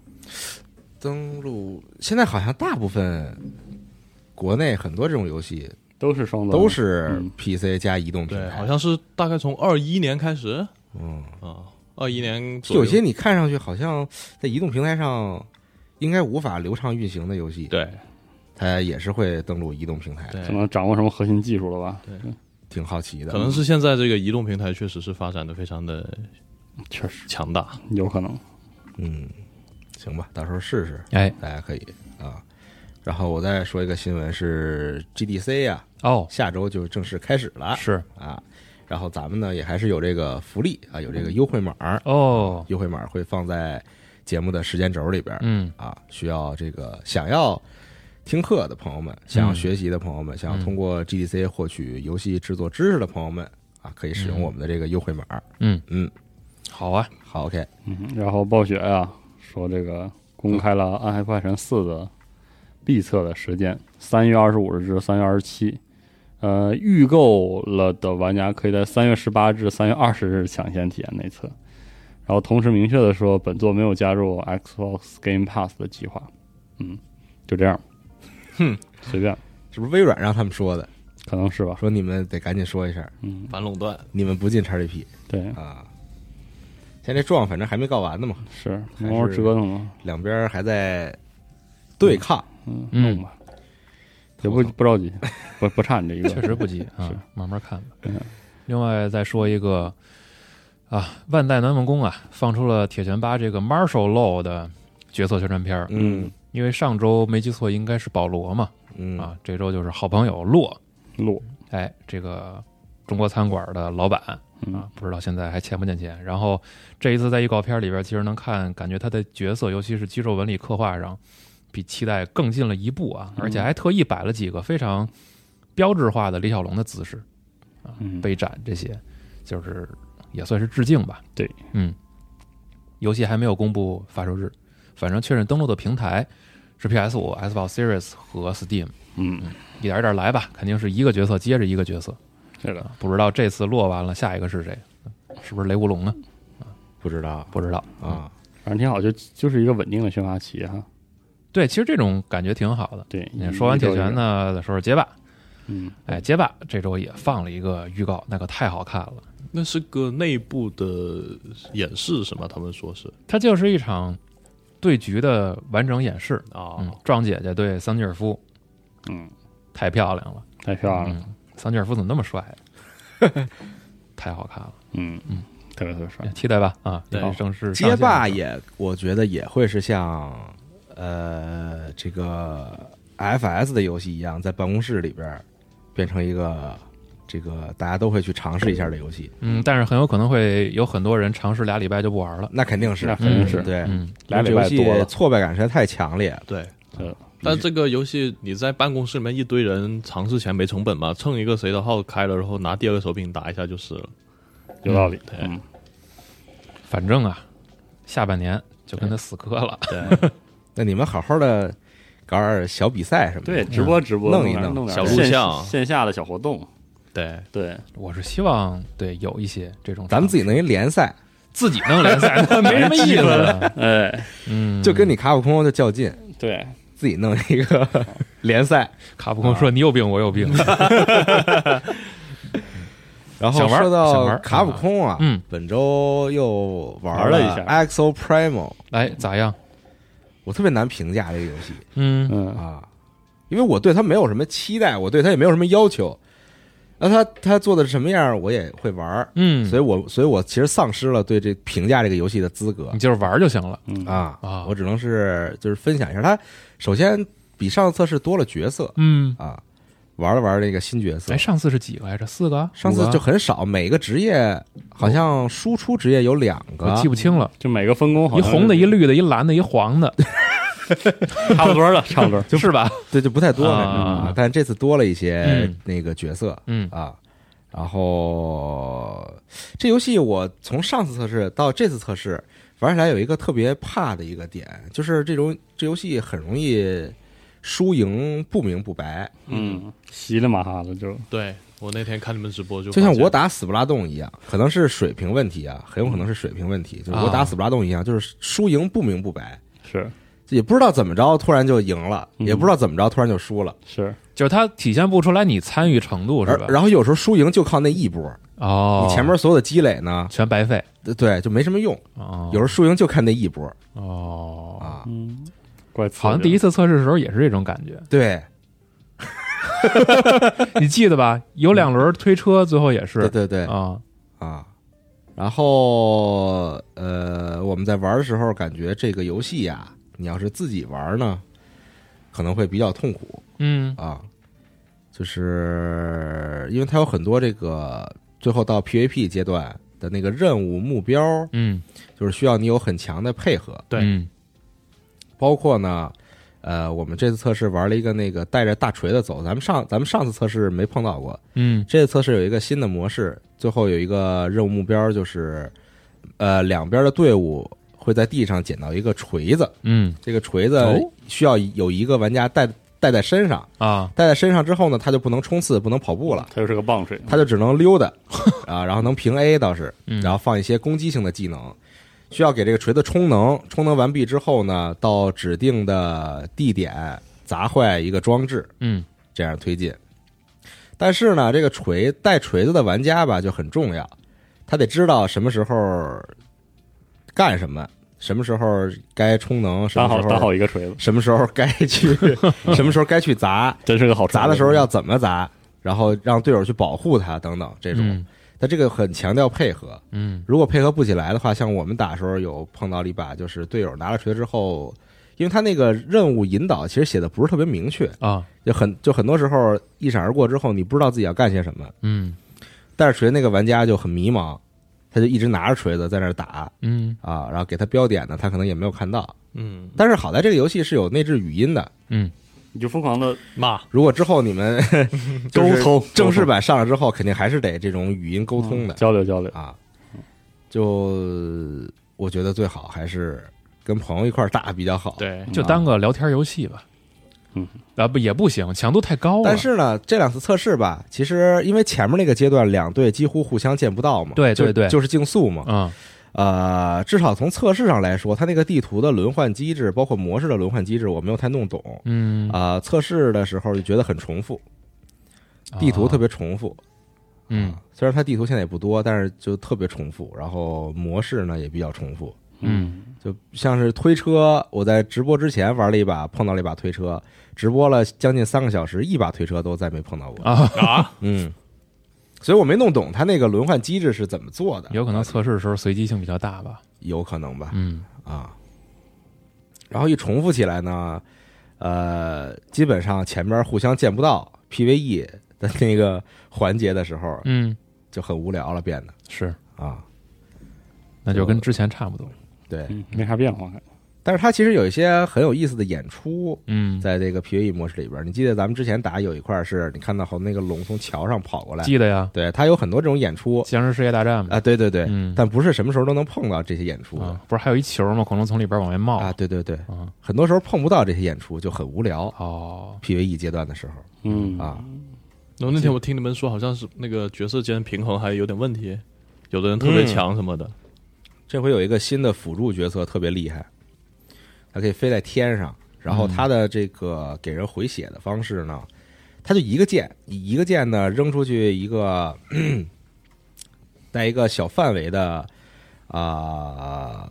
B: 登录现在好像大部分国内很多这种游戏
D: 都是双子，
B: 都是
D: 嗯
B: PC 加移动平
E: 对，
B: 台，
E: 好像是大概从二一年开始
B: 嗯，
E: 啊，二一年左右
B: 有些你看上去好像在移动平台上应该无法流畅运行的游戏，
E: 对
B: 它也是会登录移动平台，
E: 对
D: 可，能掌握什么核心技术了吧？
B: 挺好奇的。
E: 可能是现在这个移动平台确实是发展的非常的
D: 确实
E: 强大。
D: 有可能，
B: 嗯，行吧，到时候试试，
C: 哎
B: 大家可以啊。然后我再说一个新闻是 GDC 啊，
C: 哦，
B: 下周就正式开始了
C: 是
B: 啊。然后咱们呢也还是有这个福利啊，有这个优惠码儿，
C: 哦，
B: 优惠码儿会放在节目的时间轴里边儿
C: 嗯
B: 啊。需要这个想要听课的朋友
C: 嗯
B: 们，想要学习的朋友们，想要通过 GDC 获取游戏制作知识的朋友们啊，可以使用我们的这个优惠码儿。
C: 嗯，
B: 嗯，
C: 好啊，
B: 好，OK，
D: 嗯，然后暴雪呀、说这个公开了《暗黑破坏神四》的闭测的时间，三月二十五日至三月二十七。呃，预购了的玩家可以在三月十八至三月二十日抢先体验内测。然后同时明确的说，本作没有加入 Xbox Game Pass 的计划。嗯，就这样，
E: 哼，
D: 随便。
B: 是不是微软让他们说的？
D: 可能是吧。
B: 说你们得赶紧说一下，
D: 嗯，
E: 反垄断，
B: 你们不进 XGP
D: 对，
B: 啊。现在这状反正还没告完呢嘛，
D: 是
B: 还
D: 好好
B: 是
D: 折腾嘛，
B: 两边还在对抗，
D: 嗯，
C: 嗯
D: 弄吧，也不不着急，不不差你这一个，
C: 确实不急啊
D: 是，
C: 慢慢看吧
D: 嗯。
C: 另外再说一个啊，万代南梦宫啊，放出了铁拳八这个 Marshall Law 的角色宣传片儿。
B: 嗯
C: 因为上周没记错应该是保罗嘛，
B: 嗯
C: 啊，这周就是好朋友洛，
D: 落，
C: 哎，这个中国餐馆的老板
D: 嗯
C: 啊，不知道现在还欠不欠钱。然后这一次在预告片里边，其实能看感觉他的角色，尤其是肌肉纹理刻画上，比期待更进了一步啊，
D: 嗯
C: 而且还特意摆了几个非常标志化的李小龙的姿势，
D: 嗯，
C: 杯斩这些，就是也算是致敬吧。
D: 对，
C: 嗯，游戏还没有公布发售日，反正确认登录的平台是 PS 五、Xbox Series 和 Steam，
D: 嗯，
C: 一点一点来吧，肯定是一个角色接着一个角色，
D: 是的，
C: 不知道这次落完了下一个是谁，是不是雷乌龙啊？
B: 不知道
C: 不知道。
B: 啊，
D: 反正挺好，就就是一个稳定的宣发期哈。
C: 对，其实这种感觉挺好的。
D: 对，
C: 你
D: 一
C: 说完
D: 一周
C: 铁
D: 一
C: 拳
D: 个，
C: 呢，再说说街霸。
D: 嗯，
C: 哎，街霸这周也放了一个预告，那可太好看了。
E: 那是个内部的演示是吗？他们说是
C: 它就是一场对局的完整演示，
E: 啊，
C: 嗯，壮姐姐对桑吉尔夫，
D: 哦嗯，
C: 太漂亮了，
D: 太漂亮了，
C: 嗯，桑吉尔夫怎么那么帅啊？ 太好看了，
D: 嗯嗯，特别特别帅
C: 也，期待吧啊！
E: 对
C: 也正式上线
B: 街
C: 的时候
B: 霸也我觉得也会是像呃这个 FS 的游戏一样，在办公室里边儿变成一个这个大家都会去尝试一下的游戏，
C: 嗯，但是很有可能会有很多人尝试俩礼拜就不玩了，
B: 那肯定是
D: 那肯定
C: 嗯
D: 是，
B: 对，
C: 嗯，
D: 俩礼拜
B: 这游戏
D: 多了，
B: 挫败感实在太强烈了。
E: 对。
D: 对，
E: 嗯但这个游戏你在办公室里面一堆人尝试前没成本嘛，蹭一个谁的号开了，然后拿第二个手柄打一下就是了。
D: 有道理，
E: 对
D: 嗯，
C: 反正啊，下半年就跟他死磕了，
E: 对，
B: 那你们好好的搞点小比赛什么的，
D: 对，直播直播
B: 弄一
D: 点
B: 弄
D: 弄点
E: 小录
D: 线
E: 像
D: 线下的小活动，
E: 对，
D: 对，
C: 我是希望对有一些这种，
B: 咱们自己弄一联赛，
C: 自己弄联赛，那没什么 意思了，
D: 哎，
C: 嗯，
B: 就跟你卡普空就较劲，
D: 对，
B: 自己弄一个 联赛。
C: 卡普空说你有病，我有病，
B: 然后
C: 想玩想
B: 说到
C: 玩
B: 卡普空啊，
C: 嗯，
B: 本周又玩
D: 玩了一下
B: Axo Primal，
C: 来哎咋样？
B: 我特别难评价这个游戏
C: 嗯
D: 嗯
B: 啊，因为我对它没有什么期待，我对它也没有什么要求。那它它做的是什么样，我也会玩儿，
C: 嗯，
B: 所以我所以我其实丧失了对这评价这个游戏的资格
C: 你就是玩就行了，
D: 嗯，
B: 啊
C: 啊
B: 我只能是就是分享一下，它首先比上次测试多了角色
C: 嗯，
B: 啊，玩了玩这个新角色
C: 哎，。上次是几个来着？四个？
B: 上
C: 五
B: 次
C: 个
B: 就很少，每个职业好像输出职业有两个，
C: 我记不清了，
D: 就每个分工好
C: 一
D: 像
C: 红的，
D: 是
C: 一绿的，一蓝的，一黄的，
D: 差不多了，嗯差不多，
C: 是吧？
B: 对，就不太多，
C: 啊
B: 反正啊，但这次多了一些
C: 嗯
B: 那个角色
C: 嗯
B: 啊。然后这游戏我从上次测试到这次测试玩起来有一个特别怕的一个点，就是这种这游戏很容易输赢不明不白，
D: 嗯，稀里马哈的就
E: 对我那天看你们直播就
B: 就像我
E: 打
B: 打死不拉动一样，可能是水平问题啊，很有可能是水平问题，就是我打死不拉动一样，就是输赢不明不白，
D: 是
B: 也不知道怎么着突然就赢了，
D: 嗯
B: 也不知道怎么着突然就输了，
D: 是，
C: 就是它体现不出来你参与程度，是
B: 而
C: 吧？
B: 然后有时候输赢就靠那一波，
C: 哦，
B: 你前面所有的积累呢，
C: 全白费，
B: 呃对，就没什么用。
C: 哦，
B: 有时候输赢就看那一波
C: 哦，
B: 啊，
D: 嗯，怪刺
C: 好像
D: 激
C: 第一
D: 了
C: 次测试的时候也是这种感觉，
B: 对，
C: 你记得吧？有两轮推车，最后也是
B: 对对对
C: 啊，
B: 啊。然后呃，我们在玩的时候感觉这个游戏呀、你要是自己玩呢，可能会比较痛苦
C: 嗯
B: 啊，就是因为它有很多这个最后到 PVP 阶段的那个任务目标，
C: 嗯，
B: 就是需要你有很强的配合，
E: 对
C: 嗯
B: 包括呢，呃，我们这次测试玩了一个那个带着大锤的走，咱们上咱们上次测试没碰到过，
C: 嗯
B: 这次测试有一个新的模式，最后有一个任务目标就是，呃，两边的队伍会在地上捡到一个锤子，
C: 嗯
B: 这个锤子
C: 哦
B: 需要有一个玩家带带在身上，
C: 啊，
B: 带在身上之后呢，他就不能冲刺，不能跑步了。
D: 它又是个棒槌，
B: 他就只能 溜达啊，然后能平 A 倒是，
C: 嗯
B: 然后放一些攻击性的技能，需要给这个锤子充能，充能完毕之后呢，到指定的地点砸坏一个装置，
C: 嗯
B: 这样推进。但是呢，这个锤带锤子的玩家吧就很重要，他得知道什么时候干什么，什么时候该充能，什
D: 打
B: 么时候
D: 好打好一个锤子，
B: 什么时候该 去，什么时候该去砸，
D: 真是个好锤子
B: 砸的时候要怎么砸，然后让队友去保护他等等这种。
C: 嗯
B: 但这个很强调配合，
C: 嗯
B: 如果配合不起来的话，像我们打的时候有碰到了一把，就是队友拿了锤子之后，因为他那个任务引导其实写的不是特别明确，
C: 啊
B: 就很就很多时候一闪而过之后，你不知道自己要干些什么。
C: 嗯
B: 但是锤那个玩家就很迷茫，他就一直拿着锤子在那儿打
C: 嗯
B: 啊，然后给他标点呢，他可能也没有看到。
E: 嗯，
B: 但是好在这个游戏是有内置语音的，
C: 嗯，
D: 你就疯狂的
E: 骂
B: 如果之后你们 就是
D: 沟通
B: 正式版上了之后，肯定还是得这种语音沟通的
D: 嗯交流交流，
B: 啊。就我觉得最好还是跟朋友一块儿打比较好。，
C: 对，就当个聊天游戏吧。
D: 嗯
C: 啊不也不行，强度太高了。啊
B: 但是呢，这两次测试吧，其实因为前面那个阶段两队几乎互相见不到嘛，
C: 对
B: 就
C: 对对
B: 就是竞速嘛。
C: 啊
B: 呃，至少从测试上来说，它那个地图的轮换机制，包括模式的轮换机制，我没有太弄懂。
C: 嗯，
B: 啊、测试的时候就觉得很重复，地图特别重复。
C: 啊嗯
B: 啊，虽然它地图现在也不多，但是就特别重复。然后模式呢也比较重复，
C: 嗯
B: 就像是推车，我在直播之前玩了一把，碰到了一把推车，直播了将近三个小时，一把推车都再没碰到过。
C: 啊，
E: 啊，
B: 嗯，所以我没弄懂它那个轮换机制是怎么做的，
C: 有可能
B: 啊
C: 测试的时候随机性比较大吧。
B: 有可能吧。
C: 嗯
B: 啊，然后一重复起来呢，呃，基本上前面互相见不到 PVE 的那个环节的时候
C: 嗯，
B: 就很无聊了，变得
C: 是，
B: 啊，
C: 那就跟之前差不多。
B: 对。
D: 嗯，没啥变化，
B: 但是它其实有一些很有意思的演出，
C: 嗯，
B: 在这个 PVE 模式里边，你记得咱们之前打有一块是你看到好那个龙从桥上跑过来，
C: 记得呀，
B: 对，它有很多这种演出
C: 《僵尸世界大战》嘛
B: 啊，对对对，
C: 嗯
B: 但不是什么时候都能碰到这些演出的
C: 啊，不是还有一球吗？恐龙从里边往外冒
B: 啊，对对对，
C: 啊
B: 很多时候碰不到这些演出就很无聊
C: 哦，
B: ，PVE 阶段的时候
D: 嗯
B: 啊，
E: 然后那天我听你们说，好像是那个角色间平衡还有点问题，有的人特
D: 嗯
E: 别强什么的。
B: 这回有一个新的辅助角色特别厉害，它可以飞在天上，然后它的这个给人回血的方式呢，它就一个箭，以一个箭呢扔出去一个， 咳带一个小范围的啊、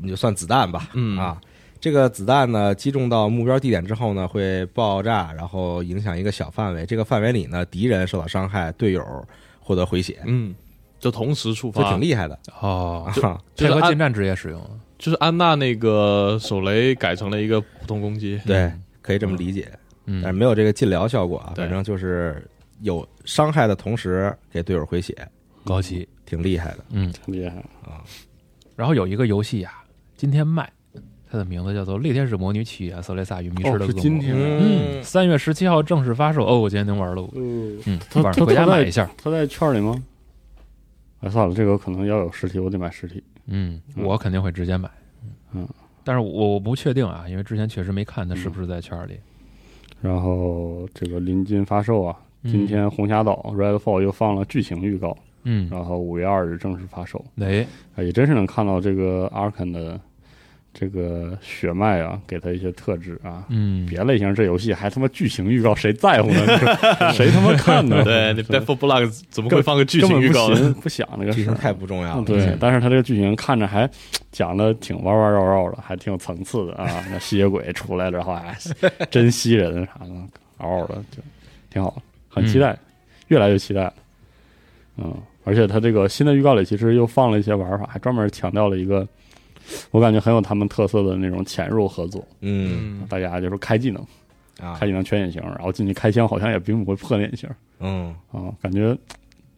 B: 你就算子弹吧，
E: 嗯
B: 啊。这个子弹呢，击中到目标地点之后呢，会爆炸，然后影响一个小范围。这个范围里呢，敌人受到伤害，队友获得回血，
E: 嗯，就同时触
B: 就
E: 发，
B: 挺厉害的。
C: 哦，
B: 啊、
E: 就
C: 配
E: 是
C: 合
E: 按
C: 近战职业使用。
E: 就是安娜那个手雷改成了一个普通攻击。
B: 对，可以这么理解。
C: 嗯
B: 但是没有这个禁疗效果啊，
E: 对
B: 反正就是有伤害的同时给队友回血，
C: 高级。
B: 挺厉害的。
C: 嗯，
D: 挺厉害，
C: 然后有一个游戏呀，今天卖，它的名字叫做《猎天使魔女起源：色雷萨与迷失的
D: 哦
C: 恶
D: 是
C: 魔》。
D: 今天
C: 嗯，
B: 嗯，
C: 三月十七号正式发售。哦，我今天能玩了。我
D: 嗯，
C: 嗯，
D: 他
C: 晚
D: 他
C: 上回家
D: 他在
C: 买一下。
D: 他在券里吗？哎，算了，这个可能要有实体，我得买实体。
C: 嗯，我肯定会直接买。
D: 嗯，
C: 但是我我不确定啊，因为之前确实没看它是不是在圈里。
D: 然后这个临近发售啊，
C: 嗯
D: 今天红霞岛 Redfall 又放了剧情预告，
C: 嗯，
D: 然后五月二日正式发售。
C: 哎，
D: 啊，也真是能看到这个 Arkan 的这个血脉啊，给他一些特质啊。
C: 嗯，
D: 别类型这游戏还他妈剧情预告，谁在乎呢？谁他妈看呢？
E: 对，你 d e a t h Block 怎么会放个剧
D: 根
E: 情
D: 本
E: 预
D: 不
E: 告呢？
D: 行，不想那个
B: 剧
D: 事
B: 情
D: 儿。
B: 太不重要了。
D: 嗯对，但是他这个剧情看着还讲的挺弯弯绕绕的，还挺有层次的啊。那吸血鬼出来之后，哎，真吸人啥的，嗷嗷的，就挺好，很期待，越来越期待了。嗯，而且他这个新的预告里其实又放了一些玩法，还专门强调了一个，我感觉很有他们特色的那种潜入合作，
B: 嗯
E: 嗯，
D: 大家就是开技能，
B: 啊
D: 开，技能全隐形，然后进去开枪，好像也并不会破脸型。
B: 嗯
D: 啊，感觉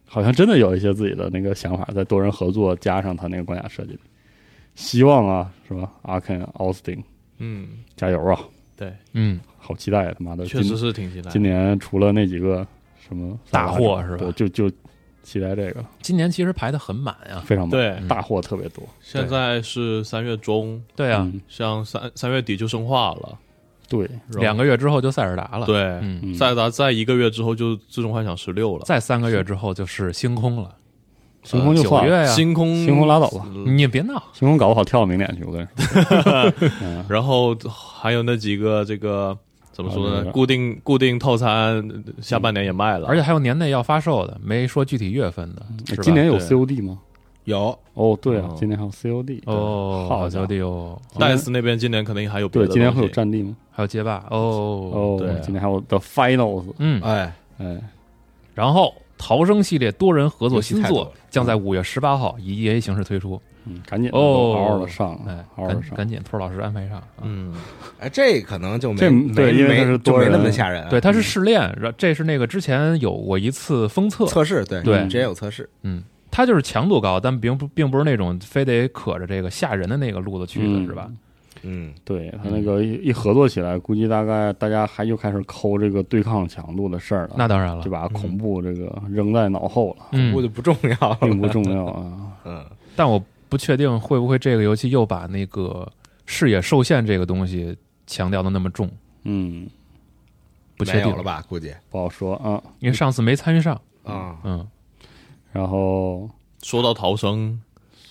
D: 好像真的有一些自己的那个想法，在多人合作加上他那个关卡设计里，希望啊，是吧？阿肯、奥斯汀，
E: 嗯，
D: 加油啊！
E: 对，
C: 嗯，
D: 好期待啊，他妈的，
E: 确实
D: 今
E: 是挺期待的。
D: 今年除了那几个什么
C: 大货是吧
D: 对，就就期待这个了，
C: 今年其实排的很满啊。
D: 非常棒，
E: 对，嗯
D: 大货特别多。
E: 现在是三月中，
C: 对啊，
D: 嗯
E: 像三三月底就生化了，
D: 对，
E: 然后
C: 两个月之后就塞尔达了。，
E: 对，
C: 嗯，
D: 嗯
E: 塞尔达在一个月之后就最终幻想十六了，
C: 再三个月之后就是星空了。
D: 星空
E: 呃
D: 就
C: 九
D: 换了，
C: 月呀，
E: 星空
D: 啊星空拉倒吧
E: 嗯
C: 你别闹。
D: 星空搞不好跳到明年去，我跟你说，
E: 然后还有那几个这个怎么说
D: 啊这嗯
E: 呢？
D: 个
E: 固定固定套餐下半年也卖了，
C: 而且还有年内要发售的，没说具体月份的。
E: 是吧
D: 嗯今年有
E: 对
D: COD 吗？
B: 有
D: 哦，对啊
E: 哦，
D: 今年还有 COD
C: 哦，
D: 好家
C: 家
D: 伙
C: 的哟，
E: 戴斯那边今年肯定还有别
D: 对，
E: 的
D: 今年会有
E: 东西
D: 战地吗？
C: 还有街霸哦，
D: 哦，
E: 对啊
D: 今年还有 The Finals，
C: 嗯，
B: 哎，
D: 哎，
C: 然后逃生系列多人合作新
B: 游戏太多
C: 作
B: 了
C: 将在五月十八号以 E A 形式推出，
D: 嗯，赶紧
C: 哦
D: 嗷嗷的上，
C: 哎，
D: 嗷嗷的
C: 赶
D: 上，
C: 赶紧托老师安排上。啊
E: 嗯，
B: 哎，这可能就没
D: 这对
B: 没
D: 因为
B: 没
D: 它
B: 就
D: 是多
B: 没那
D: 人
B: 么吓人啊，
C: 对，它
D: 嗯
C: 是试炼，然后这是那个之前有过一次封测，
B: 测试，对
C: 对
B: 直接有测试，
C: 嗯，它就是强度高，但并不并不是那种非得可着这个吓人的那个路子去的，
D: 嗯
C: 是吧？
B: 嗯，
D: 对他那个一一合作起来，估计大概大家还又开始抠这个对抗强度的事儿了，
C: 那当然了
D: 就，把恐怖这个扔在脑后了，
C: 嗯
B: 我，就不重 要了，
D: 并不重要啊。
B: 嗯，
C: 但我不确定会不会这个游戏又把那个视野受限这个东西强调的那么重，
D: 嗯，
C: 不确
B: 没
C: 定
B: 有了？吧？估计
D: 不好说啊。
C: 因为上次没参与上，
B: 啊，
C: 嗯，
D: 然后
E: 说到逃生，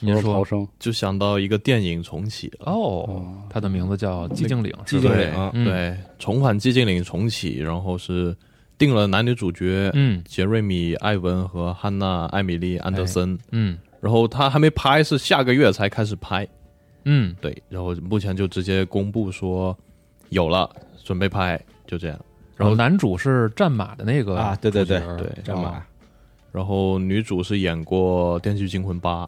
C: 您
D: 说逃
C: 说
D: 生，
E: 就想到一个电影重启了。
C: 哦，它的名字叫《寂静岭》，是吧
B: 寂静
E: 对
B: 岭啊
C: 嗯
E: 对，重返寂静岭重启，然后是定了男女主角，
C: 嗯
E: 杰瑞米·艾文和汉娜·艾米丽·安德森。
D: 哎
C: 嗯
E: 然后他还没拍，是下个月才开始拍。
C: 嗯，
E: 对，然后目前就直接公布说有了，准备拍，就这样。
C: 然
E: 然
C: 后
E: 后，
C: 男主是战马的那个
B: 啊对对对啊
C: 主角
E: 对
C: 哦
B: 战马
E: 然后女主是演过《电锯惊魂八》，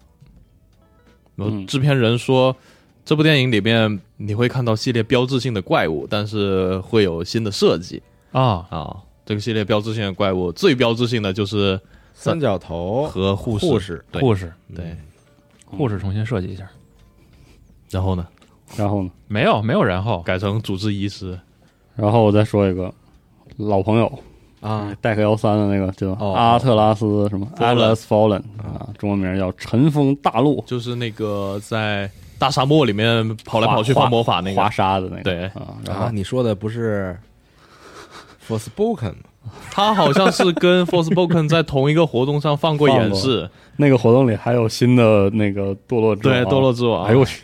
E: 然后
D: 嗯
E: 制片人说，这部电影里面你会看到系列标志性的怪物，但是会有新的设计
C: 啊，
E: 啊。这个系列标志性的怪物最标志性的就是
B: 三角头
E: 和护士，
B: 护士
E: 对
C: 护士
E: 对。
C: 护士重新设计一下，
E: 然后呢，
D: 然后呢？
C: 没有没有然后，
E: 改成主治医师，
D: 然后我再说一个老朋友，
B: 啊，
D: 戴克幺三的那个叫
B: 哦
D: 阿特拉斯什么
E: Fallen
D: Atlas Fallen 啊，中文名叫《尘封大陆
E: 就是那个在大沙漠里面跑来跑去
D: 画
E: 放魔法那》
D: 华
E: 个，
D: 沙的那个
E: 对
D: 啊，然
B: 啊，
D: 后
B: 你说的不是 Forspoken 吗？
E: 他好像是跟 Forspoken 在同一个活动上放过演示，
D: 那个活动里还有新的那个堕落之王
E: 对《堕落之王》。
D: 哎呦我去，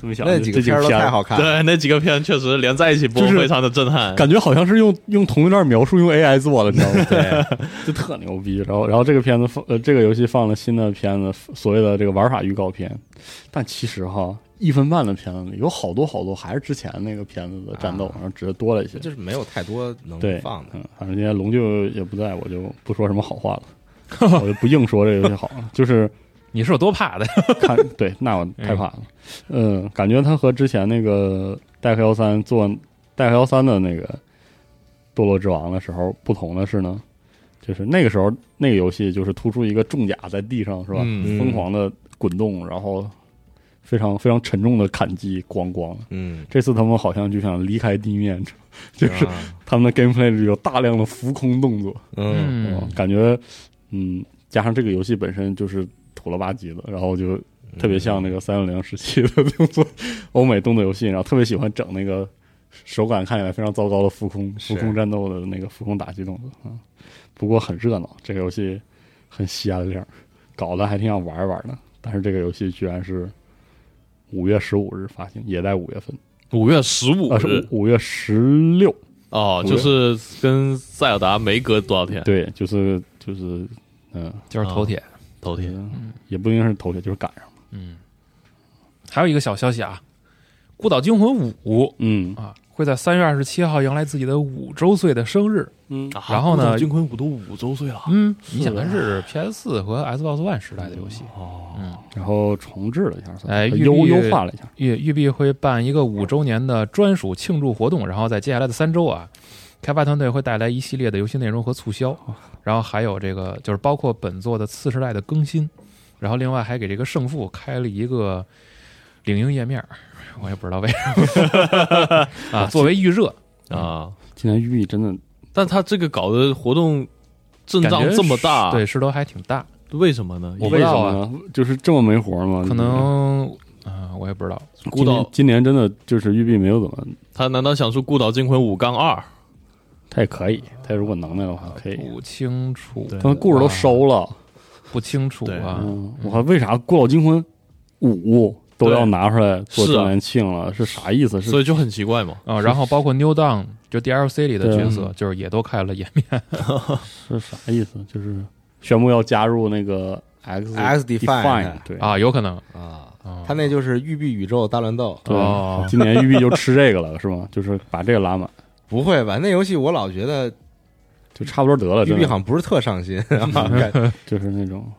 D: 这么想
B: 啊那几个
D: 这
B: 片儿都太好看了，
E: 对那几个片确实连在一起播，
D: 就是
E: 非常的震撼。
D: 感觉好像是用用同一段描述用 AI 做的，你 知道吗？对，就特牛逼。然后，然后这个片子放呃，这个游戏放了新的片子，所谓的这个玩法预告片，但其实哈，一分半的片子里有好多好多还是之前那个片子的战斗，
B: 啊
D: 然后只是多了一些。
B: 就是没有太多能
D: 对，
B: 放的，
D: 嗯，反正今天龙舅也不在，我就不说什么好话 了，我就不硬说这个游戏好了，就是
C: 你是有多怕的？
D: 看 对，那我太怕了。嗯，感觉它和之前那个戴克幺三做戴克幺三的那个堕落之王的时候不同的是呢，就是那个时候那个游戏就是突出一个重甲在地上是吧，
E: 嗯
D: 疯狂的滚动，然后非常非常沉重的砍击，咣咣。
B: 嗯，
D: 这次他们好像就想离开地面， 就是
B: 啊
D: 他们的 gameplay 里有大量的浮空动作，
B: 嗯
C: 嗯
D: 嗯，感觉嗯，加上这个游戏本身就是土了吧唧的，然后就特别像那个三六零时期的动作欧美动作游戏，然后特别喜欢整那个手感看起来非常糟糕的浮空
B: 是
D: 浮空战斗的那个浮空打击动作啊、嗯不过很热闹，这个游戏很稀安亮，搞得还挺想玩一玩的。但是这个游戏居然是五月十五日发行，也在五月份，
E: 五月十五
D: 啊、
E: 日
D: 是五月十六，
E: 哦，
D: 五月
E: 就是跟塞尔达没隔多少天，
D: 对，就是就是嗯，
C: 就是头铁。
E: 头天
D: 也不一定是头铁，就是赶上了，
C: 还有一个小消息啊，《孤岛惊魂五》
D: 嗯。
C: 啊，会在三月二十七号迎来自己的五周岁的生日。
D: 嗯
C: 然后呢
E: 孤岛惊魂五都五周岁了，
C: 嗯，你
D: 的
C: 想的是 PS 四和 Xbox One 时代的游戏，
D: 嗯然后重置了一下，算是
C: 哎玉
D: 优
C: 璧
D: 优化了一下，
C: 育育碧会办一个五周年的专属庆祝活动，然后在接下来的三周啊，开发团队会带来一系列的游戏内容和促销，然后还有这个就是包括本作的次时代的更新，然后另外还给这个胜负开了一个领英页面，我也不知道为什 么啊，作为预 热，
E: 啊！
D: 今年玉璧真的
E: 但他这个搞的活动阵
C: 感
E: 仗
C: 觉
E: 这么大，
C: 对，势头还挺大，
E: 为什么呢？
C: 我不
D: 为
C: 知
D: 什
C: 道啊
D: 么呢？就是这么没活吗？
C: 可能啊、我也不知道，
E: 孤
D: 今年
E: 岛
D: 今年真的就是玉璧没有怎么，
E: 他难道想出《孤岛惊魂五杠二》？
D: 啊他也可以，他如果能耐的话可以。
C: 不清楚，
D: 他们故事都收了，
C: 不清楚
E: 对
C: 啊，
D: 嗯，我靠，为啥《孤岛惊魂五》都要拿出来做周年庆了？是啥意思？
E: 所
D: 是
E: 以就很奇怪嘛。
C: 啊，然后包括 New Dawn 就 DLC 里的
D: 对
C: 角色，就是也都开了页面。
D: 是啥意思？就是宣布要加入那个 X
B: X Define
D: 对
C: 啊，有可能
B: 啊，
C: 啊
B: 他那就是育碧宇宙大乱 斗，
D: 对
C: 哦
D: 今年育碧就吃这个了，是吗？就是把这个拉满，
B: 不会吧？那游戏我老觉得
D: 就差不多得了。
B: 育
D: 真嗯
B: 碧
D: 的
B: 好像不是特上 心，啊感
D: 就是那种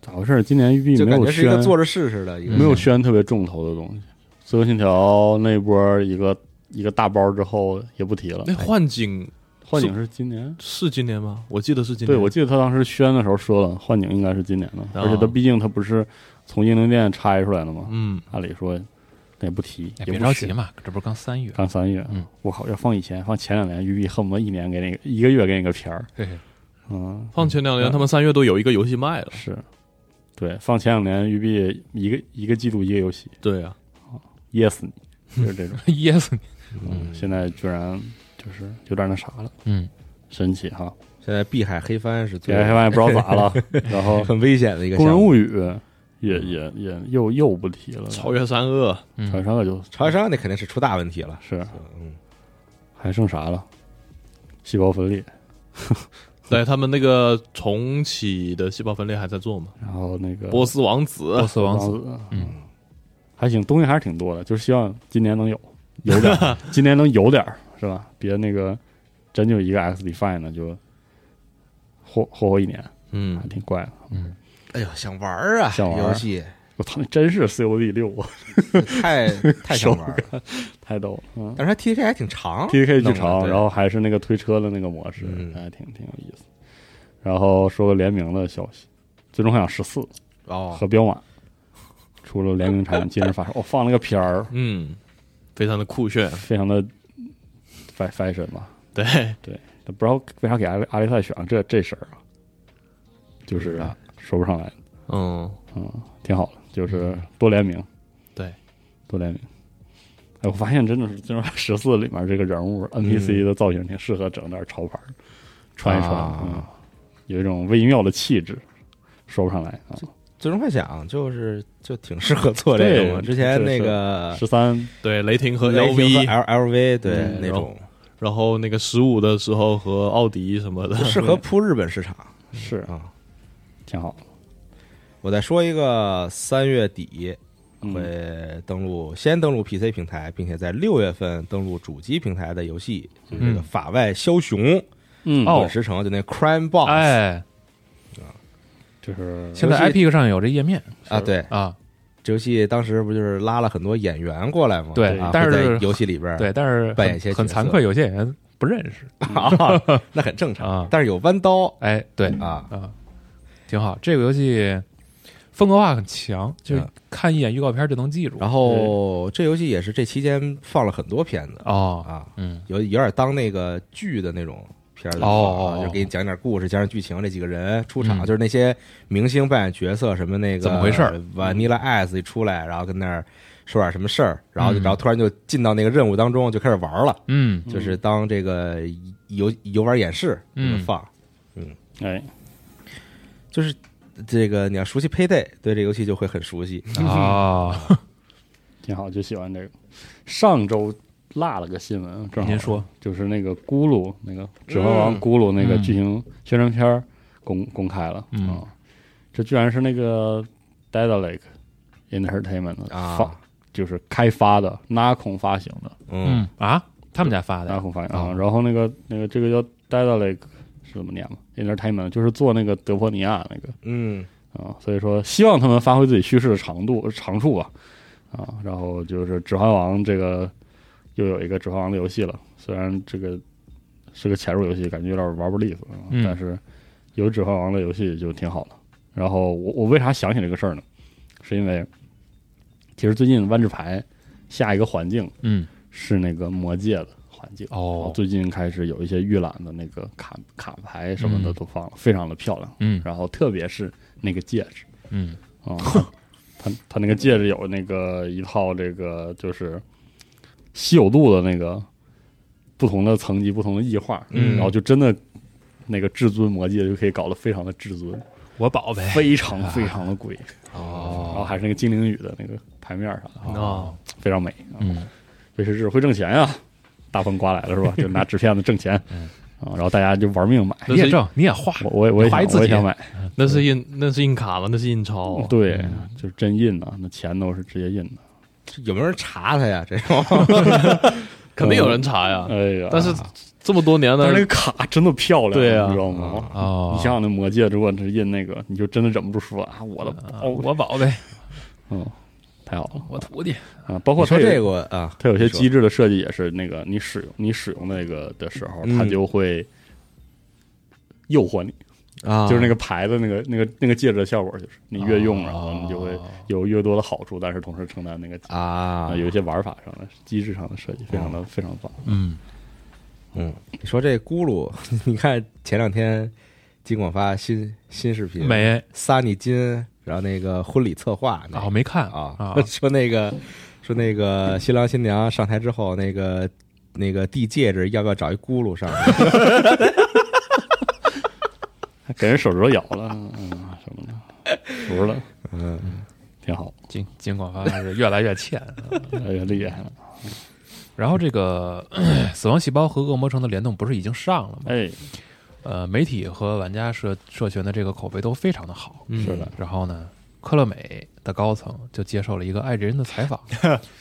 D: 咋回事？今年育碧
B: 就
D: 没
B: 感
D: 有
B: 觉是一
D: 宣
B: 个，做着试试的一个
D: 没有宣特别重头的东西。自由信条那波一个一个大包之后也不提了。
E: 那幻景
D: 幻景是今年，
E: 是今年吗？我记得是今
D: 对
E: 年。
D: 我记得他当时宣的时候说了，幻景应该是今年的，而且他毕竟他不是从英灵殿拆出来的嘛，
E: 嗯，
D: 按理说那也不提，
C: 哎
D: 也
C: 别
D: 不
C: 着
D: 是
C: 急嘛，这不是刚三月，
D: 刚三月，
C: 嗯，
D: 我靠，要放以前，放前两年，育碧恨不得一年给你一个月给你个片儿，
C: 嘿嘿
D: 嗯，
E: 放前两
D: 嗯
E: 年他们三月都有一个游戏卖了。
D: 是，对，放前两年育碧一个一个季度一个游戏
E: 对啊，
D: 噎死你，就是这种，
C: 噎死你。
D: 嗯，现在居然就是有点那啥了，
C: 嗯，
D: 神奇哈，
B: 现在碧海黑帆是
D: 这
B: 最
D: 还发现不知道咋了，然 后《
B: 很危险的一个
D: 工
B: 项
D: 人
B: 目。
D: 物语》也也也又又不提了，
E: 超越三恶
D: 超越山恶就
B: 潮商那肯定是出大问题了，
D: 是
B: 嗯，
D: 还剩啥了？细胞分裂，
E: 对他们那个重启的细胞分裂还在做吗？
D: 然后那个
E: 波斯王子
C: 波斯王子，
D: 子，
C: 嗯，
D: 还行，东西还是挺多的，就是希望今年能有有点儿，今年能有点儿是吧？别那个真就一个 X Define 呢，就霍霍霍一年，
E: 嗯
D: 还挺怪的。
B: 哎呦，想玩儿啊，
D: 想玩儿
B: 游戏
D: 我操，那真是 COD 六啊，
B: 太太想玩儿了，
D: 太逗了。嗯
B: 但是它 T K 还挺长
D: T K 剧
B: 弄的
D: 场，
B: 对
D: 然后还是那个推车的那个模式，
B: 嗯
D: 还挺挺有意思。然后说个联名的消息，最终幻想十四
B: 哦
D: 和彪马出了联名产品，今日发售。 我、放了个片儿，
E: 嗯，非常的酷炫。
D: 非常的 fa- fashion 吧，
E: 对，
D: 但不知道为啥给阿阿利赛选了这这事儿啊，就是啊说不上来，
E: 嗯，
D: 嗯，挺好的，就是多联名，
E: 对，
D: 多联名。哎，我发现真的是《 最终十四》里面这个人物 NPC 的造型挺适合整点潮牌儿，穿一穿，
B: 啊
D: 嗯，有一种微妙的气质，说不上来啊。
B: 最终幻想就是就挺适合做这个嘛。
D: 对
B: 之前
D: 是
B: 那个
D: 啊十三
E: 对，雷霆和
B: 雷霆
E: LV，
B: 和 L L V 对
D: 嗯
B: 那种
E: 然后那个十五的时候和奥迪什么的
B: 就，适合铺日本市场
D: 是
B: 啊。
D: 挺好的，
B: 我再说一个，三月底
D: 嗯，
B: 会登录，先登录 PC 平台，并且在六月份登录主机平台的游戏，就是这个
C: 嗯
B: 《法外枭雄》
D: 嗯
C: 哦
B: 本石城就那 Crime Boss
C: 哎，
D: 就是
C: 现在
B: 游戏
C: Epic 上有这页面
B: 啊，对，
C: 啊，
B: 这游戏当时不就是拉了很多演员过来吗？
C: 对
B: 啊
C: 但是
B: 会在游戏里边儿
C: 对，但是
B: 扮演一些
C: 很很
B: 角色
C: 惭愧，有些演员不认识。
B: 啊，那很正常
C: 啊。
B: 但是有弯刀
C: 哎，对
B: 啊，
C: 啊，挺好，这个游戏风格化很强，就是
B: 嗯
C: 看一眼预告片就能记住。
B: 然后这游戏也是这期间放了很多片子
C: 哦，
B: 啊，
C: 嗯
B: 有有点当那个剧的那种片儿的
C: 哦
B: 啊
C: 哦哦
B: 就给你讲点故事，讲点剧情，这几个人出
C: 嗯
B: 场就是那些明星扮演角色，什么那个
C: 怎么回事儿
B: ？Vanilla Ice 一出来，然后跟那儿说点什么事儿，然后就
C: 嗯
B: 然后突然就进到那个任务当中，就开始玩了，
C: 嗯，
B: 就是当这个游游玩演示这
C: 嗯
B: 么放，
D: 哎，
B: 就是这个你要熟悉佩戴，对这游戏就会很熟悉。
C: 啊，
D: 挺好，就喜欢这个。上周落了个新闻，正好
C: 您说
D: 就是那个咕噜那个《指环王》咕噜那个
C: 嗯
D: 剧情宣传片儿公公开了
C: 嗯
D: 啊，这居然是那个 Dedalic Entertainment 的
B: 啊
D: 发，就是开发的 Nacon 发行的
B: 嗯
C: 嗯啊，他们家发的
D: Nacon 发行
B: 啊
D: 啊，然后那个那个这个叫 Dedalic 是怎么念吗？Entertainment 就是做那个德波尼亚那个
B: 嗯，
D: 啊，所以说希望他们发挥自己叙事的长度长处吧，啊，然后就是《指环王》这个又有一个《指环王》的游戏了，虽然这个是个潜入游戏，感觉有点玩不利索，啊
C: 嗯
D: 但是有《指环王》的游戏就挺好的。然后我我为啥想起这个事儿呢？是因为其实最近万智牌下一个环境
C: 嗯，
D: 是那个魔界的环境。然后
C: 哦，
D: 最近开始有一些预览的那个卡卡牌什么的
C: 嗯
D: 都放了，非常的漂亮。
C: 嗯
D: 然后特别是那个戒指，
C: 嗯
D: 啊、他他那个戒指有那个一套这个就是稀有度的那个不同的层级、不同的异化，
C: 嗯
D: 然后就真的那个至尊魔戒就可以搞得非常的至尊，
C: 我宝贝
D: 非常非常的贵，然后
C: 哦
D: 还是那个精灵语的那个牌面啥的，
C: 哦，
D: 非常美。啊
C: 嗯
D: 威士忌会挣钱呀、啊大风刮来了是吧？就拿纸片子挣钱，
C: 嗯
D: 啊，然后大家就玩命买。
E: 那
C: 你也
E: 是
C: 挣，你也画，
D: 我我也我也想
C: 怀疑自己
D: 我也想买，
E: 那是印那是印卡吗？那是印钞啊。
D: 对，就是真印的，那钱都是直接印的。
B: 有没有人查他呀？这种
E: 肯定有人查呀。
D: 哎呀，
E: 啊但是这么多年
D: 但
E: 呢
D: 是那，个卡真的漂亮，
E: 对啊
D: 你知道吗？
C: 哦
D: 你想想那魔戒，如果是印那个，你就真的忍不住说啊，我的
C: 啊
D: 宝，
C: 我宝贝，
D: 嗯，太好了
C: 我徒弟，
D: 啊！包括
B: 你
D: 它
B: 说
D: 有
B: 这个我啊，
D: 它有些
B: 你说
D: 机制的设计也是那个，你使用你使用那个的时候，
B: 嗯
D: 它就会诱惑你，
B: 啊，
D: 就是那个牌子那个那个那个戒指的效果，就是你越用，然后你就会有越多的好处，但是同时承担那个
B: 啊
D: 啊，，有一些玩法上的机制上的设计，非常的非常棒。
C: 嗯，
B: 嗯，你说这咕噜， 你看前两天金广发新新视频，
C: 没
B: 撒你金，然后那个婚礼策划那
C: 啊，
B: 个
C: 我没看
B: 啊
C: 啊
B: 说那个说那个新郎新娘上台之后，那个那个递戒指要不要找一咕噜上去？
D: 给人手指头咬了，嗯，什么的，服了，
B: 嗯，
D: 挺好，
C: 金金广发是越来越 欠。
D: 哎呀，厉害了，
C: 然后这个 《死亡细胞》和《恶魔城》的联动不是已经上了吗？
D: 哎，
C: 呃，媒体和玩家社社群的这个口碑都非常的好。
E: 嗯
D: 是的，
C: 然后呢，科乐美的高层就接受了一个爱人的采 访，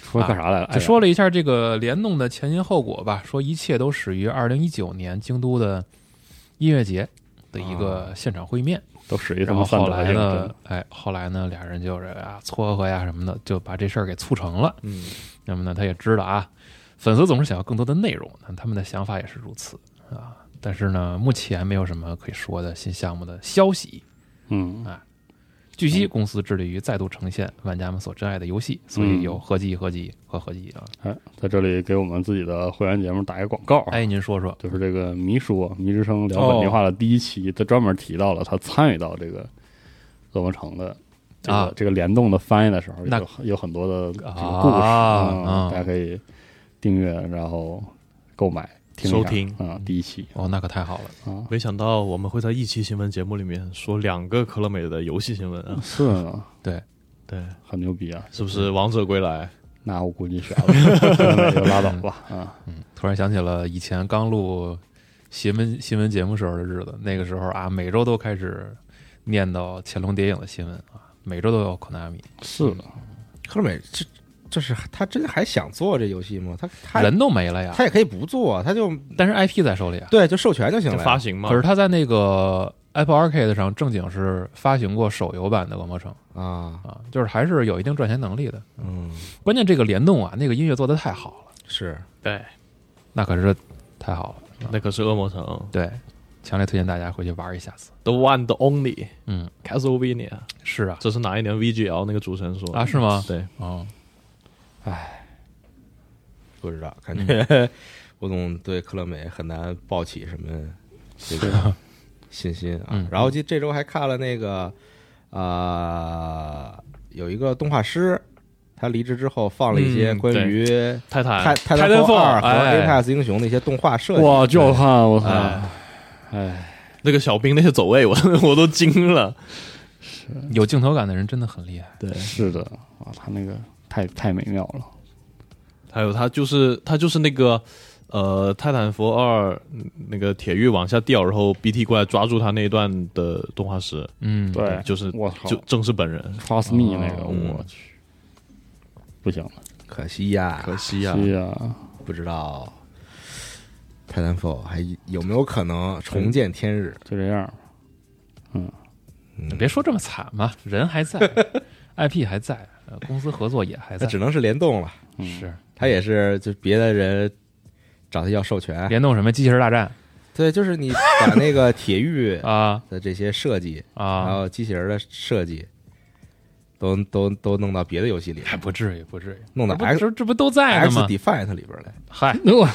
D: 说干啥来了？
C: 啊
D: 哎
C: 就说
D: 了，
C: 了一下这个联动的前因后果吧，说一切都始于二零一九年京都的音乐节的一个现场会面。
D: 都使一他
C: 然后
D: 妈算
C: 后
D: 得了
C: 来
D: 这个真
C: 呢
D: 的，，
C: 哎，后来呢，俩人就是啊撮合呀什么的，就把这事儿给促成了。
B: 嗯，
C: 那么呢，他也知道啊，粉丝总是想要更多的内容，那他们的想法也是如此啊。但是呢，目前没有什么可以说的新项目的消息。
D: 嗯，
C: 据悉，公司致力于再度呈现玩家们所珍爱的游戏，所
D: 嗯
C: 以有合集、合集和合集啊。
D: 哎，在这里给我们自己的会员节目打一个广告啊，
C: 哎，哦您说说，
D: 就是这个迷叔《迷之声聊本地话的第一期，他专门提到了他参与到这个恶魔城的这个、
C: 啊
D: 这个联动的翻译的时候，
C: 那
D: 有有很多的这个故事，
C: 啊
D: 嗯
C: 嗯
D: 大家可以订阅，然后购买。听一下
E: 收听
D: 啊、第一期
C: 哦，那可太好了。
D: 啊，
E: 没想到我们会在一期新闻节目里面说两个科乐美的游戏新闻 啊，
D: 是啊，
E: 对，
D: 很牛逼啊！
E: 是不是《王者归来》？
D: 那我估计选 了，可能也就拉倒吧 啊。
C: 嗯，突然想起了以前刚录新闻新闻节目时候的日子，那个时候啊，每周都开始念叨《潜龙谍影》的新闻啊，每周都有 Konami。
E: 嗯
D: 是的，
B: 科乐美这这是他真还想做这游戏吗？他他
C: 人都没了呀
B: 他，也可以不做，他就
C: 但是 IP 在手里啊。
B: 对就授权就行
E: 就
B: 了
E: 发
B: 呀。
E: 行嘛
C: 可？是他在那个 Apple Arcade 上正经是发行过手游版的《恶魔城
B: 啊》，
C: 啊，就是还是有一定赚钱能力的。
B: 嗯，
C: 关键这个联动啊，那个音乐做的太好了，
B: 是
E: 对，
C: 那可是太好了。
E: 那可是恶魔城
C: 对，强烈推荐大家回去玩一下子。
E: ，The One the Only
C: 嗯，
E: Castlevania，
C: 是啊，
E: 这是哪一年 VGL 那个主持人说的
C: 啊是吗
E: 对，
C: 哦，
B: 不知道，感 觉吴总对科乐美很难抱起什么这个信心啊
C: 嗯。
B: 然后就这周还看了那个呃，有一个动画师，他离职之后放了一些
E: 嗯
B: 关于泰
E: 泰坦
B: 泰坦
E: 泰坦
B: f 二和
E: 哎，
B: Apex 英雄的一些动画设计。
D: 哇，就好看，我操！
E: 哎
D: 哎，
E: 那个小兵那些走位，我我都 惊了。
C: 有镜头感的人真的很厉害。
E: 对，
D: 是的，哇，他那个太太美妙了。
E: 还有他就是他就是那个呃，泰坦佛二那个铁玉往下掉，然后 BT 过来抓住他那一段的动画师，
C: 嗯，
D: 对，
E: 就是
D: 我操，
E: 就正是本人，
D: Trust Me 那个，
E: 嗯
D: 我去，不行了，
B: 可惜呀，
E: 可惜啊呀、
D: 是呀，
B: 不知道泰坦 f 还有没有可能重见天日？
D: 就这样吧。
C: 你别说这么惨嘛，人还 在，IP 还在，呃公司合作也还
B: 那
C: 在，
B: 只能是嗯联动了。
C: 是
B: 他也是就别的人找他要授权，
C: 联动什么机器人大战
B: 对，就是你把那个铁玉
C: 啊
B: 的这些设计，还
C: 啊，
B: 有机器人的设计，都都都弄到别的游戏里，
C: 还哎不至于，不至于，
B: 弄到
C: 这
B: X-
C: 不这这不都在呢
B: X
C: 吗？
B: Defiant 里边来。
C: 嗨，
D: 我，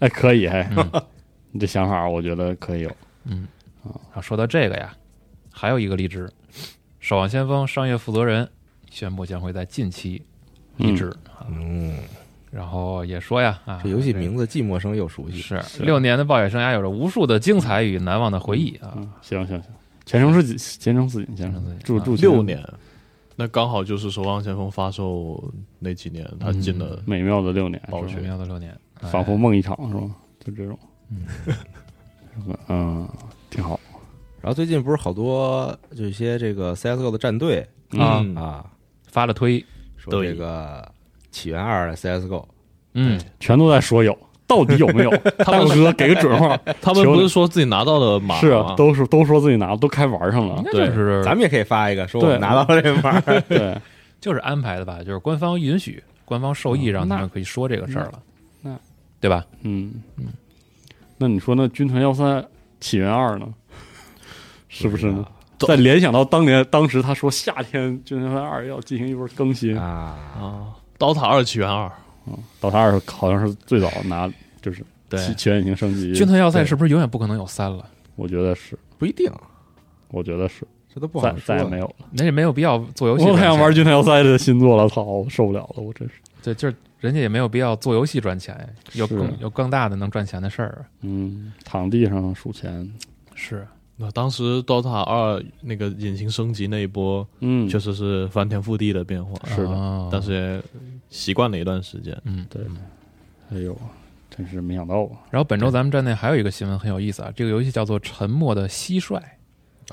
D: 哎，可以，哎，
E: 嗯
D: 你这想法我觉得可以有。
B: 哦
C: 啊，说到这个呀，还有一个离职，《守望先锋》商业负责人宣布将会在近期离职，
B: 嗯，
C: 然后也说呀，啊，
B: 这游戏名字既陌生又熟悉。
C: 是六年的暴雪生涯有着无数的精彩与难忘的回忆啊。
D: 嗯，行行行，全程是己，全程自己，全
C: 程自己
D: 祝
C: 啊
D: 祝
E: 六年，那刚好就是《守望先锋》发售那几年，他进了嗯
D: 美妙的六年，
E: 暴
D: 是吧
E: 雪
C: 美妙的六年，
D: 仿佛梦一场是吧？就这种
C: 哎嗯，
D: 嗯，挺好
B: 然后最近不是好多就一些这个 CSGO 的战队
C: 啊
E: 嗯
B: 啊，
C: 发了推，
B: 说
E: 对
B: 这个起源二的 CSGO，
C: 嗯，
D: 全都在说有，到底有没有？
E: 他
D: 大
E: 们
D: 哥给个准号，
E: 他们不是说自己拿到了码
D: 是啊
E: 吗？
D: 都是都说自己拿，都开玩上
B: 啊
D: 了
C: 应，该就是
B: 咱们也可以发一个，说我们
D: 对
B: 拿到了这玩意儿
D: 对，
C: 就是安排的吧，就是官方允许，官方授意
D: 嗯
C: 让他
D: 那
C: 们可以说这个事儿了，
D: 那那
C: 对吧？
D: 嗯嗯。那你说那军团幺三起源二呢？是不是呢？再联想到当年当时他说夏天军团幺三二要进行一波更新，
B: 啊？
E: 啊，《刀塔二起源二》
D: 到他二好像是最早拿就是
E: 对
D: 起起源引擎升级，
C: 军团要塞是不是永远不可能有三了？
D: 我觉得是，
B: 不一定，
D: 我觉得是，
B: 这都不
D: 再
B: 好说
D: 再也。没有了。
C: 那也没有必要做游戏
D: 我
C: 转
D: 太
C: 钱，
D: 想玩军团幺三的新作了，操，我受不了了，我真是。
C: 对，就是人家也没有必要做游戏赚钱，有更有更大的能赚钱的事儿。
D: 嗯，躺地上数钱，
C: 是，
E: 那当时《DOTA 二》那个引擎升级那一波，
D: 嗯，
E: 确实是翻天覆地的变化，
D: 是的
C: 哦
E: 但是也习惯了一段时间。
C: 嗯，
D: 对。哎呦，真是没想到啊！
C: 然后本周咱们站内还有一个新闻很有意思啊，这个游戏叫做《沉默的蟋蟀》，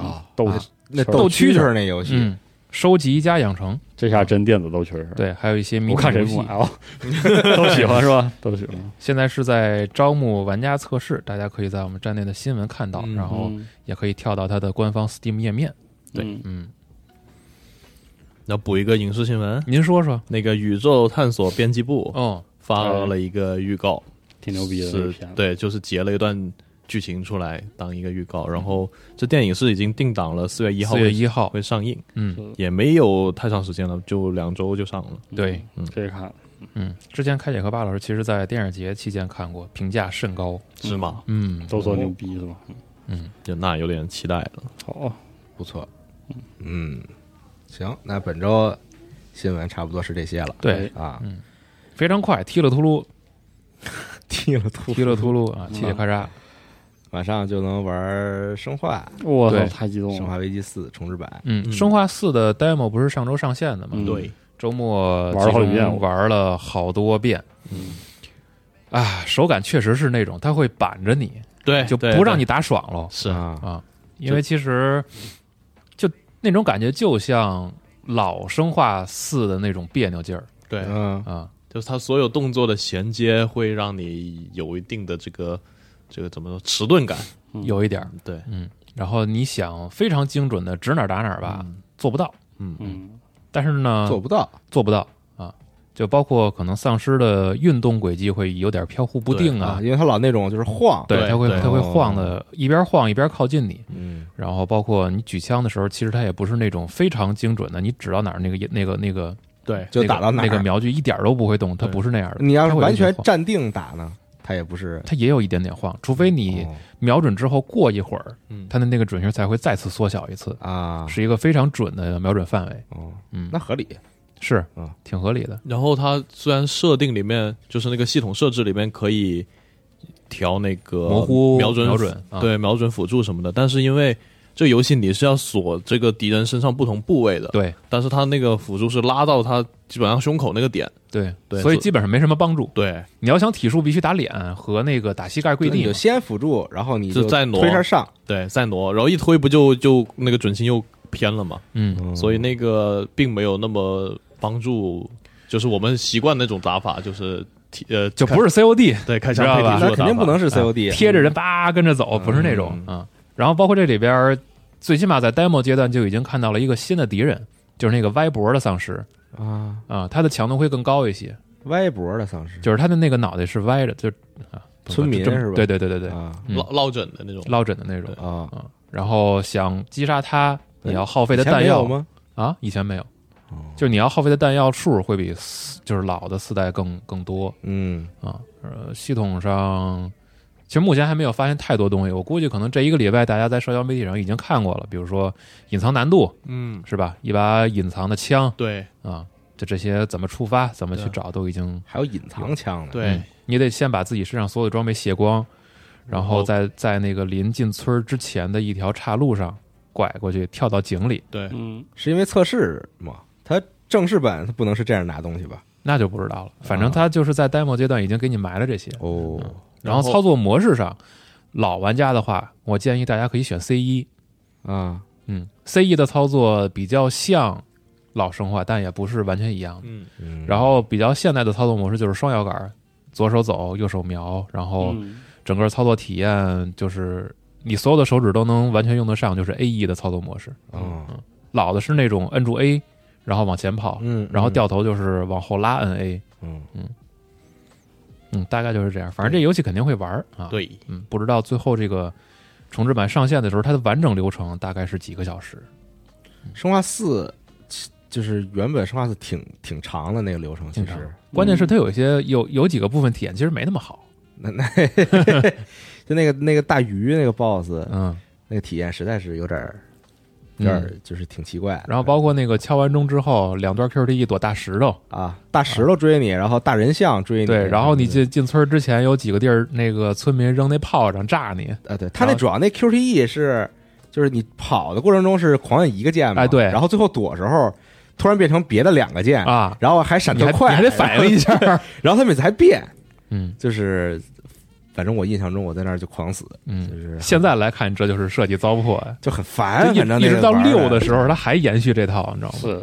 B: 啊，
D: 斗
B: 啊那
D: 蛐儿
B: 斗蛐蛐儿那游戏，
C: 嗯，收集加养成，
D: 这下真电子斗蛐儿，，
C: 对，还有一些迷
D: 我
C: 你
D: 看谁
C: 游
D: 不
C: 戏
D: 买，啊？ 都喜欢是 吧？都喜欢。
C: 现在是在招募玩家测试，大家可以在我们站内的新闻看到，
E: 嗯
C: 然后也可以跳到它的官方 Steam 页面。
D: 哦对，
C: 嗯，
E: 要补一个影视新闻，
C: 您说说，
E: 那个宇宙探索编辑部
C: 嗯哦，
E: 发了一个预告，
D: 挺牛逼的那
E: 是
D: 片子，
E: 对，就是截了一段剧情出来当一个预告。然后这电影是已经定档了，四月一号
C: 四月
E: 会
C: 一号，
E: 会上映，
C: 嗯，
E: 也没有太长时间了，就两周就上了。
C: 对，
D: 嗯，这个看
C: 嗯，之前开姐和巴老师其实在电影节期间看过，评价甚高。
E: 是吗？
C: 嗯，
D: 都说牛逼是吧？
E: 就那有点期待了。
D: 好，哦
B: 不错。嗯，行，那本周新闻差不多是这些了
C: 对，
B: 啊。
C: 非常快，踢了秃噜，
B: 踢了兔
C: 踢了秃噜啊，七姐咔嚓，
B: 晚上就能玩生化，
D: 我操
C: 对，
D: 太激动
B: 生
D: 了！
B: 化危机四重置版。
C: 嗯，
E: 嗯
C: 生化四的 demo 不是上周上线的吗？
D: 嗯
E: 对，
C: 周末
D: 玩了好几遍
C: 集中玩了好多遍。嗯，啊，手感确实是那种，它会板着你，
E: 对，
C: 就
E: 对
C: 不让你
E: 对
C: 打爽了
E: 是
B: 啊，
C: 啊，因为其实就那种感觉就像老生化四的那种别扭劲儿
E: 对，
B: 嗯，
C: 啊，
E: 就是它所有动作的衔接会让你有一定的这个这个怎么说迟钝感。
C: 有一点儿。
E: 对，
C: 嗯，然后你想非常精准的指哪儿打哪儿吧，做不到。
E: 嗯，
D: 嗯，
C: 但是呢，
B: 做不到。
C: 做不到啊，就包括可能丧尸的运动轨迹会有点飘忽不定啊
B: 啊，，因为他老那种就是晃，
E: 对
C: 它会
E: 对
C: 它会晃的，一边晃一边靠近你。
B: 哦嗯，
C: 然后包括你举枪的时候，其实它也不是那种非常精准的，你指到哪儿那个那个那个
E: 对，
B: 就打到哪
C: 那
B: 儿
C: 个那个瞄具一点儿都不会动，它
E: 对
C: 不是那样的。
B: 你要
C: 它
B: 是
C: 会有
B: 完
C: 一点
B: 全
C: 晃
B: 站定打呢，他也不是。
C: 它也有一点点晃，除非你
B: 哦
C: 瞄准之后过一会儿，
E: 嗯
C: 它的那个准星才会再次缩小一次，
B: 啊，
C: 是一个非常准的瞄准范围。
B: 哦，
C: 嗯
B: 那合理。
C: 是
B: 嗯，
C: 挺合理的。
E: 然后它虽然设定里面就是那个系统设置里面可以调那
B: 呃
E: 个
C: 模糊
E: 瞄准
C: 瞄准啊
E: 对瞄准辅助什么的，但是因为这个游戏你是要锁这个敌人身上不同部位的，，
C: 对
E: 但是它那个辅助是拉到他基本上胸口那个点，
C: 对
E: 对
C: 所以
E: 所以
C: 基本上没什么帮助。
E: 对，
C: 你要想体术，必须打脸和那个打膝盖跪
B: 你
C: 地
B: 就
C: 嘛。
B: 先辅助，然后你
E: 就再挪
B: 推上上，
E: 对，再挪，然后一推不就就那个准星又偏了嘛，
C: 嗯，
E: 所以那个并没有那么帮助，就是我们习惯那种打法，就是提呃，
C: 就
E: 开
C: 不是 COD
E: 对开
C: 知道
E: 枪配
C: 吧
E: 敌
B: 那
E: 说
B: 肯定不能 是
C: 哎
B: COD
C: 贴着人叭跟着
B: 嗯
C: 走，不是那种啊。然后包括这里边儿，最起码在 demo 阶段就已经看到了一个新的敌人，就是那个歪脖的丧尸
B: 啊，
C: 啊，它的强度会更高一些，
B: 歪脖的丧尸
C: 就是它的那个脑袋是歪着，就啊，不
B: 村民
C: 就这么
B: 是吧
C: 对对对对对，
B: 啊
C: 嗯
E: 落落枕的那种，
C: 落枕的那种
B: 啊，
C: 啊。然后想击杀它，
B: 对
C: 你要耗费的
B: 哎以前
C: 弹
B: 没有
C: 药
B: 吗？
C: 啊，以前没有
B: 哦，
C: 就是你要耗费的弹药数会比四就是老的四代更更多
B: 嗯，
C: 啊。呃，系统上其实目前还没有发现太多东西，我估计可能这一个礼拜大家在社交媒体上已经看过了，比如说隐藏难度
E: 嗯，
C: 是吧？一把隐藏的枪
E: 对
C: 啊，就这些怎么触发、怎么去
E: 对
C: 找都已经
B: 还有隐藏枪呢，
E: 对
C: 嗯，你得先把自己身上所有的装备卸光，然后
E: 后
C: 在在那个临近村儿之前的一条岔路上拐过去，跳到井里。
E: 对，
D: 嗯，
B: 是因为测试嘛？它正式版它不能是这样拿东西吧？
C: 那就不知道了。反正
B: 啊
C: 它就是在 demo 阶段已经给你埋了这些，
B: 哦，
C: 然后
E: 然后
C: 操作模式上，老玩家的话，我建议大家可以选 C 一，
B: 啊，
C: 嗯，C 一的操作比较像老生化，但也不是完全一样的。
E: 嗯，
B: 嗯
C: 然后比较现代的操作模式就是双摇杆，左手走，右手瞄，然后
D: 嗯
C: 整个操作体验就是你所有的手指都能完全用得上，就是 A E 的操作模式。
B: 哦
C: 嗯，老的是那种摁住 A，然后往前跑，
B: 嗯
C: 然后掉头就是往后拉摁 A，
B: 嗯
C: 嗯，大概就是这样。反正这游戏肯定会玩儿啊。，
E: 对，
C: 嗯，不知道最后这个重置版上线的时候，它的完整流程大概是几个小时？嗯
B: 生化四其就是原本生化四挺挺长的那个流程，其
C: 挺长
B: 实
C: 关键是它有一些有有几个部分体验其实没那么好。
B: 那那就那个那个大鱼那个 BOSS
C: 嗯，
B: 那个体验实在是有点儿有点儿就是挺奇怪的。
C: 然后包括那个敲完钟之后，两段 QTE 躲大石头，
B: 啊，大石头追你，然后大人像追你，
C: 对，然后你
B: 这
C: 进进村儿之前有几个地儿，那个村民扔那炮仗炸你，
B: 啊，对他
C: 然
B: 那
C: 后
B: 主要那 QTE 是就是你跑的过程中是狂按一个键嘛，
C: 哎对
B: 然后最后躲时候突然变成别的两个键
C: 啊
B: 然后还闪
C: 你
B: 特
C: 还
B: 嗯快，
C: 你还得反应一下。
B: 然后他每次还变，
C: 嗯
B: 就是反正我印象中我在那儿就狂死，就
C: 嗯，
B: 是啊
C: 现在来看这就是设计糟粕呀。
B: 就很烦，
C: 就一
B: 反正那
C: 一直
B: 个
C: 到
B: 玩儿
C: 六的时候，他还延续这套，你知道吗？
D: 是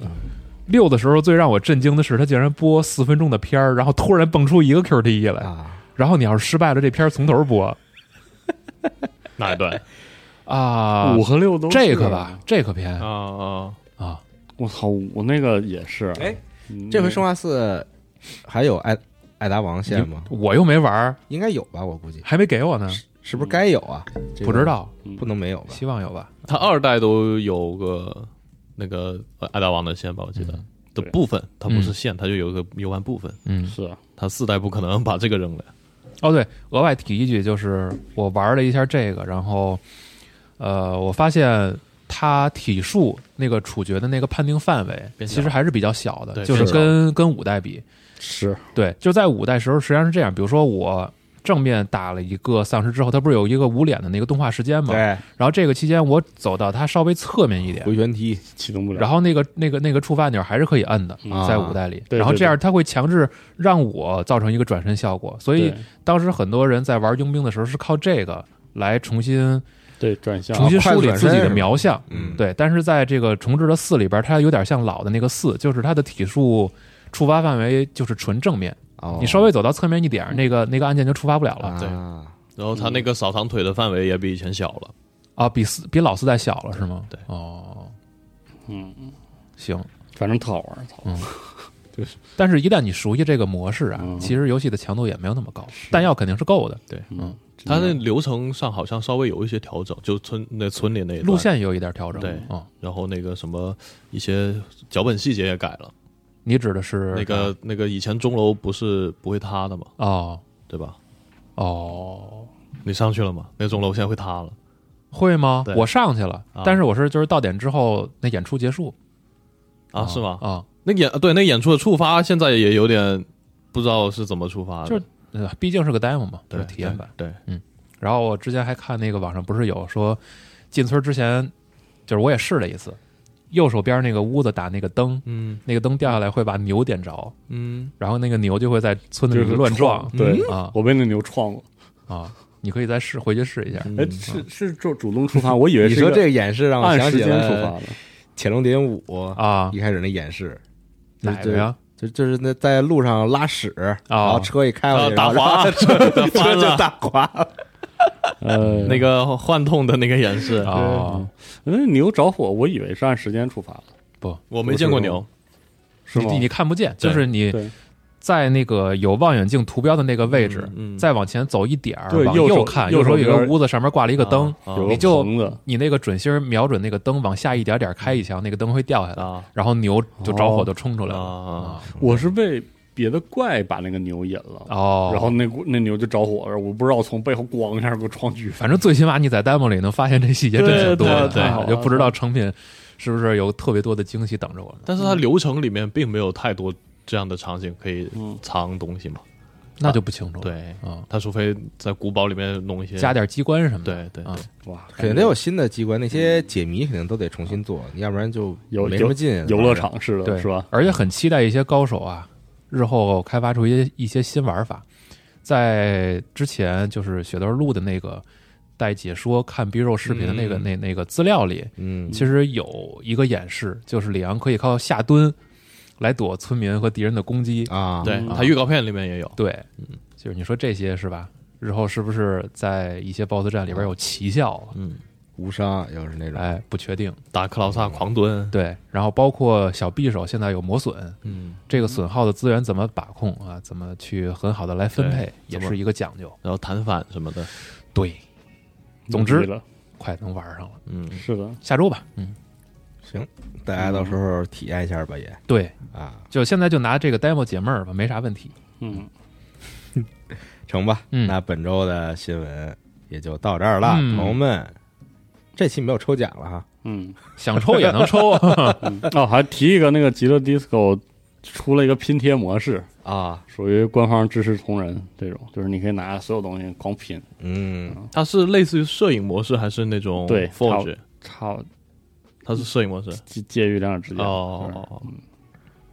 C: 六的时候最让我震惊的是，他竟然播四分钟的片儿，然后突然蹦出一个 QTE 来，
B: 啊，
C: 然后你要是失败了，这片儿从头播
E: 哪一段
C: 啊
D: 五。和六都是
C: 这个吧，，这个片
E: 啊啊？
C: 啊，
D: 我操，我那个也是，
B: 哎
D: 嗯，
B: 这回生化四还有艾艾达王线吗？
C: 我又没玩儿，
B: 应该有吧，我估计
C: 还没给我呢，
B: 是不是该有啊？这
C: 嗯
B: 个
C: 不知，道，
B: 不能没有吧？
C: 希望有吧。
E: 他二代都有个那个呃爱达王的线吧，我记得
C: 嗯
E: 的
D: 对
E: 部分，它不是线，它就有一个游玩部分。
C: 嗯，
D: 是啊
E: 它四代不可能把这个扔了。
C: 哦，对，额外提一句，就是我玩了一下这个，然后，呃，我发现它体数那个处决的那个判定范围，
E: 变小
C: 其实还是比较小的，
E: 对
C: 就是
B: 是的
C: 跟跟五代比，
D: 是
C: 对，就在五代时候实际上是这样，比如说我正面打了一个丧尸之后，它不是有一个捂脸的那个动画时间嘛？
B: 对，
C: 然后这个期间我走到它稍微侧面一点，
B: 回旋踢
D: 启动不了。
C: 然后那个那个那个触发钮还是可以摁的，
B: 啊
C: 在五代里。
D: 对
C: 然后
D: 对
C: 这样它会强制让我造成一个转身效果，所以
D: 对
C: 当时很多人在玩佣兵的时候是靠这个来重新
D: 对转向
C: 重新梳理
B: 快速转身
C: 自己
B: 是
C: 的
B: 吧
C: 描像。
B: 嗯
C: 对，但是在这个重置的四里边，它有点像老的那个四，就是它的体术触发范围就是纯正面。
B: 哦，
C: 你稍微走到侧面一
E: 嗯
C: 点儿，那个那个按键就触发不了了
E: 对
B: 啊，
E: 然后它那
C: 嗯
E: 个扫长腿的范围也比以前小了。
C: 啊，比四比老四代小了是吗？
E: 对
C: 哦，
D: 嗯，
C: 行，
D: 反正特好玩，操，
C: 但是一旦你熟悉这个模式啊，
D: 嗯
C: 其实游戏的强度也没有那么高，弹药肯定是够的，
D: 嗯，
E: 它那流程上好像稍微有一些调整，就村那村里那一段
C: 路，线也有一点调整。
E: 对
C: 嗯，
E: 然后那个什么一些脚本细节也改了。
C: 你指的是嗯
E: 那个那个以前钟楼不是不会塌的嘛，
C: 哦
E: 对吧？
C: 哦，
E: 你上去了吗？那钟楼现在会塌了。
C: 会吗
E: 对？
C: 我上去了
E: 啊，
C: 但是我是就是到点之后那演出结束
E: 啊，是吗？
C: 啊，
E: 那演对那演出的触发现在也有点不知道是怎么触发的，
C: 就是呃毕竟是个 demo 嘛，就
E: 对
C: 是体验版。
E: 对，对
C: 然后我之前还看那个网上不是有说，进村之前，就是我也试了一次，右手边那个屋子打那个灯，
E: 嗯
C: 那个灯掉下来会把牛点着，
E: 嗯，
C: 然后那个牛就会在村子
D: 就
C: 里
D: 是
C: 乱撞
D: 对，
C: 啊
D: 我被那牛撞过，
C: 啊！你可以再试回去试一下。
D: 哎，是是主主动触发，我以为
B: 你
D: 是
B: 说
D: 一
B: 这个演示让我
D: 按
B: 想
D: 时
B: 起
D: 间触
B: 了
D: 发的，
B: 《潜龙谍影五》
C: 啊
B: 一开始那演示，就
C: 哪个呀？
B: 就就是那在路上拉屎，
D: 啊
B: 然后车一开过去，
E: 啊打
B: 然后
E: 滑
B: 车
E: 翻
B: 就
E: 了，
B: 打滑了。
D: 呃，
E: 那个幻痛的那个演示，
C: 啊，
D: 嗯那牛着火，我以为是按时间触发的，
E: 我没见过牛，
D: 是吗
C: 你？你看不见，就是你
D: 对
C: 在那个有望远镜图标的那个位置，
E: 嗯嗯
C: 再往前走一点儿，
D: 对
C: 往
D: 右手
C: 看，
D: 右
C: 右
D: 手
C: 手有
D: 边
C: 个屋子，上面挂了一个灯，
E: 啊
D: 有
C: 你
D: 个
C: 就
D: 棚子，
C: 你那个准星瞄准那个灯，往下一点点
D: 嗯
C: 开一枪，那个灯会掉下来，
E: 啊
C: 然后牛就着火就冲出来了。
E: 啊，
D: 我是被别的怪把那个牛引了。
C: 哦，
D: 然后那股那牛就着火了，我不知道从背后咣一下给我撞去，
C: 反正最起码你在 demo 里能发现这细节真挺多的，
E: 对对
C: 啊
D: 对
C: 就不知道成品是不是有特别多的惊喜等着我们。
E: 但是它流程里面并没有太多这样的场景可以
D: 嗯
E: 藏东西嘛，
C: 那就不清楚了。
E: 对，
C: 啊，
E: 它除非在古堡里面弄一些
C: 加点机关什么的。
E: 对对
C: 啊
E: 对，
D: 哇，
B: 肯定得有新的机关，那些解谜肯定都得重新做，要不然就
D: 有
B: 没什么劲。
D: 游乐场似
C: 对
D: 的，是吧？
C: 而且很期待一些高手啊，日后开发出一些一些新玩法。在之前就是雪豆录的那个带解说看 B 肉视频的那个、
E: 嗯
C: 那那个资料里，
B: 嗯，
C: 其实有一个演示，就是里昂可以靠下蹲来躲村民和敌人的攻击。
B: 啊，
E: 对
D: 嗯
E: 他预告片里面也有，
C: 对，
E: 嗯
C: 就是你说这些是吧？日后是不是在一些 BOSS 战里
E: 哦
C: 边有奇效啊？
E: 嗯，
B: 无伤又是那种，
C: 哎，不确定。
E: 打克劳萨狂蹲，
C: 对，然后包括小匕首现在有磨损，
E: 嗯，
C: 这个损耗的资源怎么把控啊？怎么去很好的来分配
E: 对，
C: 也
E: 怎么
C: 是一个讲究。
E: 然后弹反什么的，
C: 对，总之
D: 牛逼了
C: 快能玩上了，
E: 嗯，
D: 是的，
C: 下周吧。嗯，
B: 大家到时候体验一下吧也
C: 对，
B: 啊，
C: 就现在就拿这个 demo 解闷儿吧，没啥问题。
D: 嗯，
B: 成吧。
C: 嗯
B: 那本周的新闻也就到这儿了，
C: 嗯
B: 朋友们，这期没有抽奖了哈，
D: 嗯，
C: 想抽也能抽，啊
D: 嗯哦，还提一个那个极乐 disco 出了一个拼贴模式，
B: 啊，
D: 属于官方支持同人这种，就是你可以拿所有东西狂拼，
B: 嗯，
E: 它是类似于摄影模式还是那种
D: 对
E: Forge？
D: 超
E: 它是摄影模式，
D: 介介于两者之间。
E: 哦
D: 就是
E: 哦哦
D: 嗯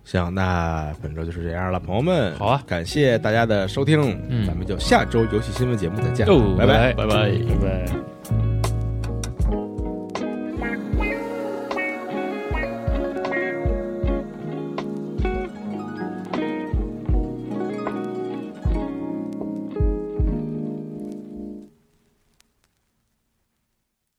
B: 行，那本周就是这样了，朋友们，
C: 好啊，
B: 感谢大家的收听，
C: 嗯
B: 咱们就下周游戏新闻节目再见，
C: 哟
B: 拜
C: 拜
B: 拜。
E: 拜拜。
D: 拜拜。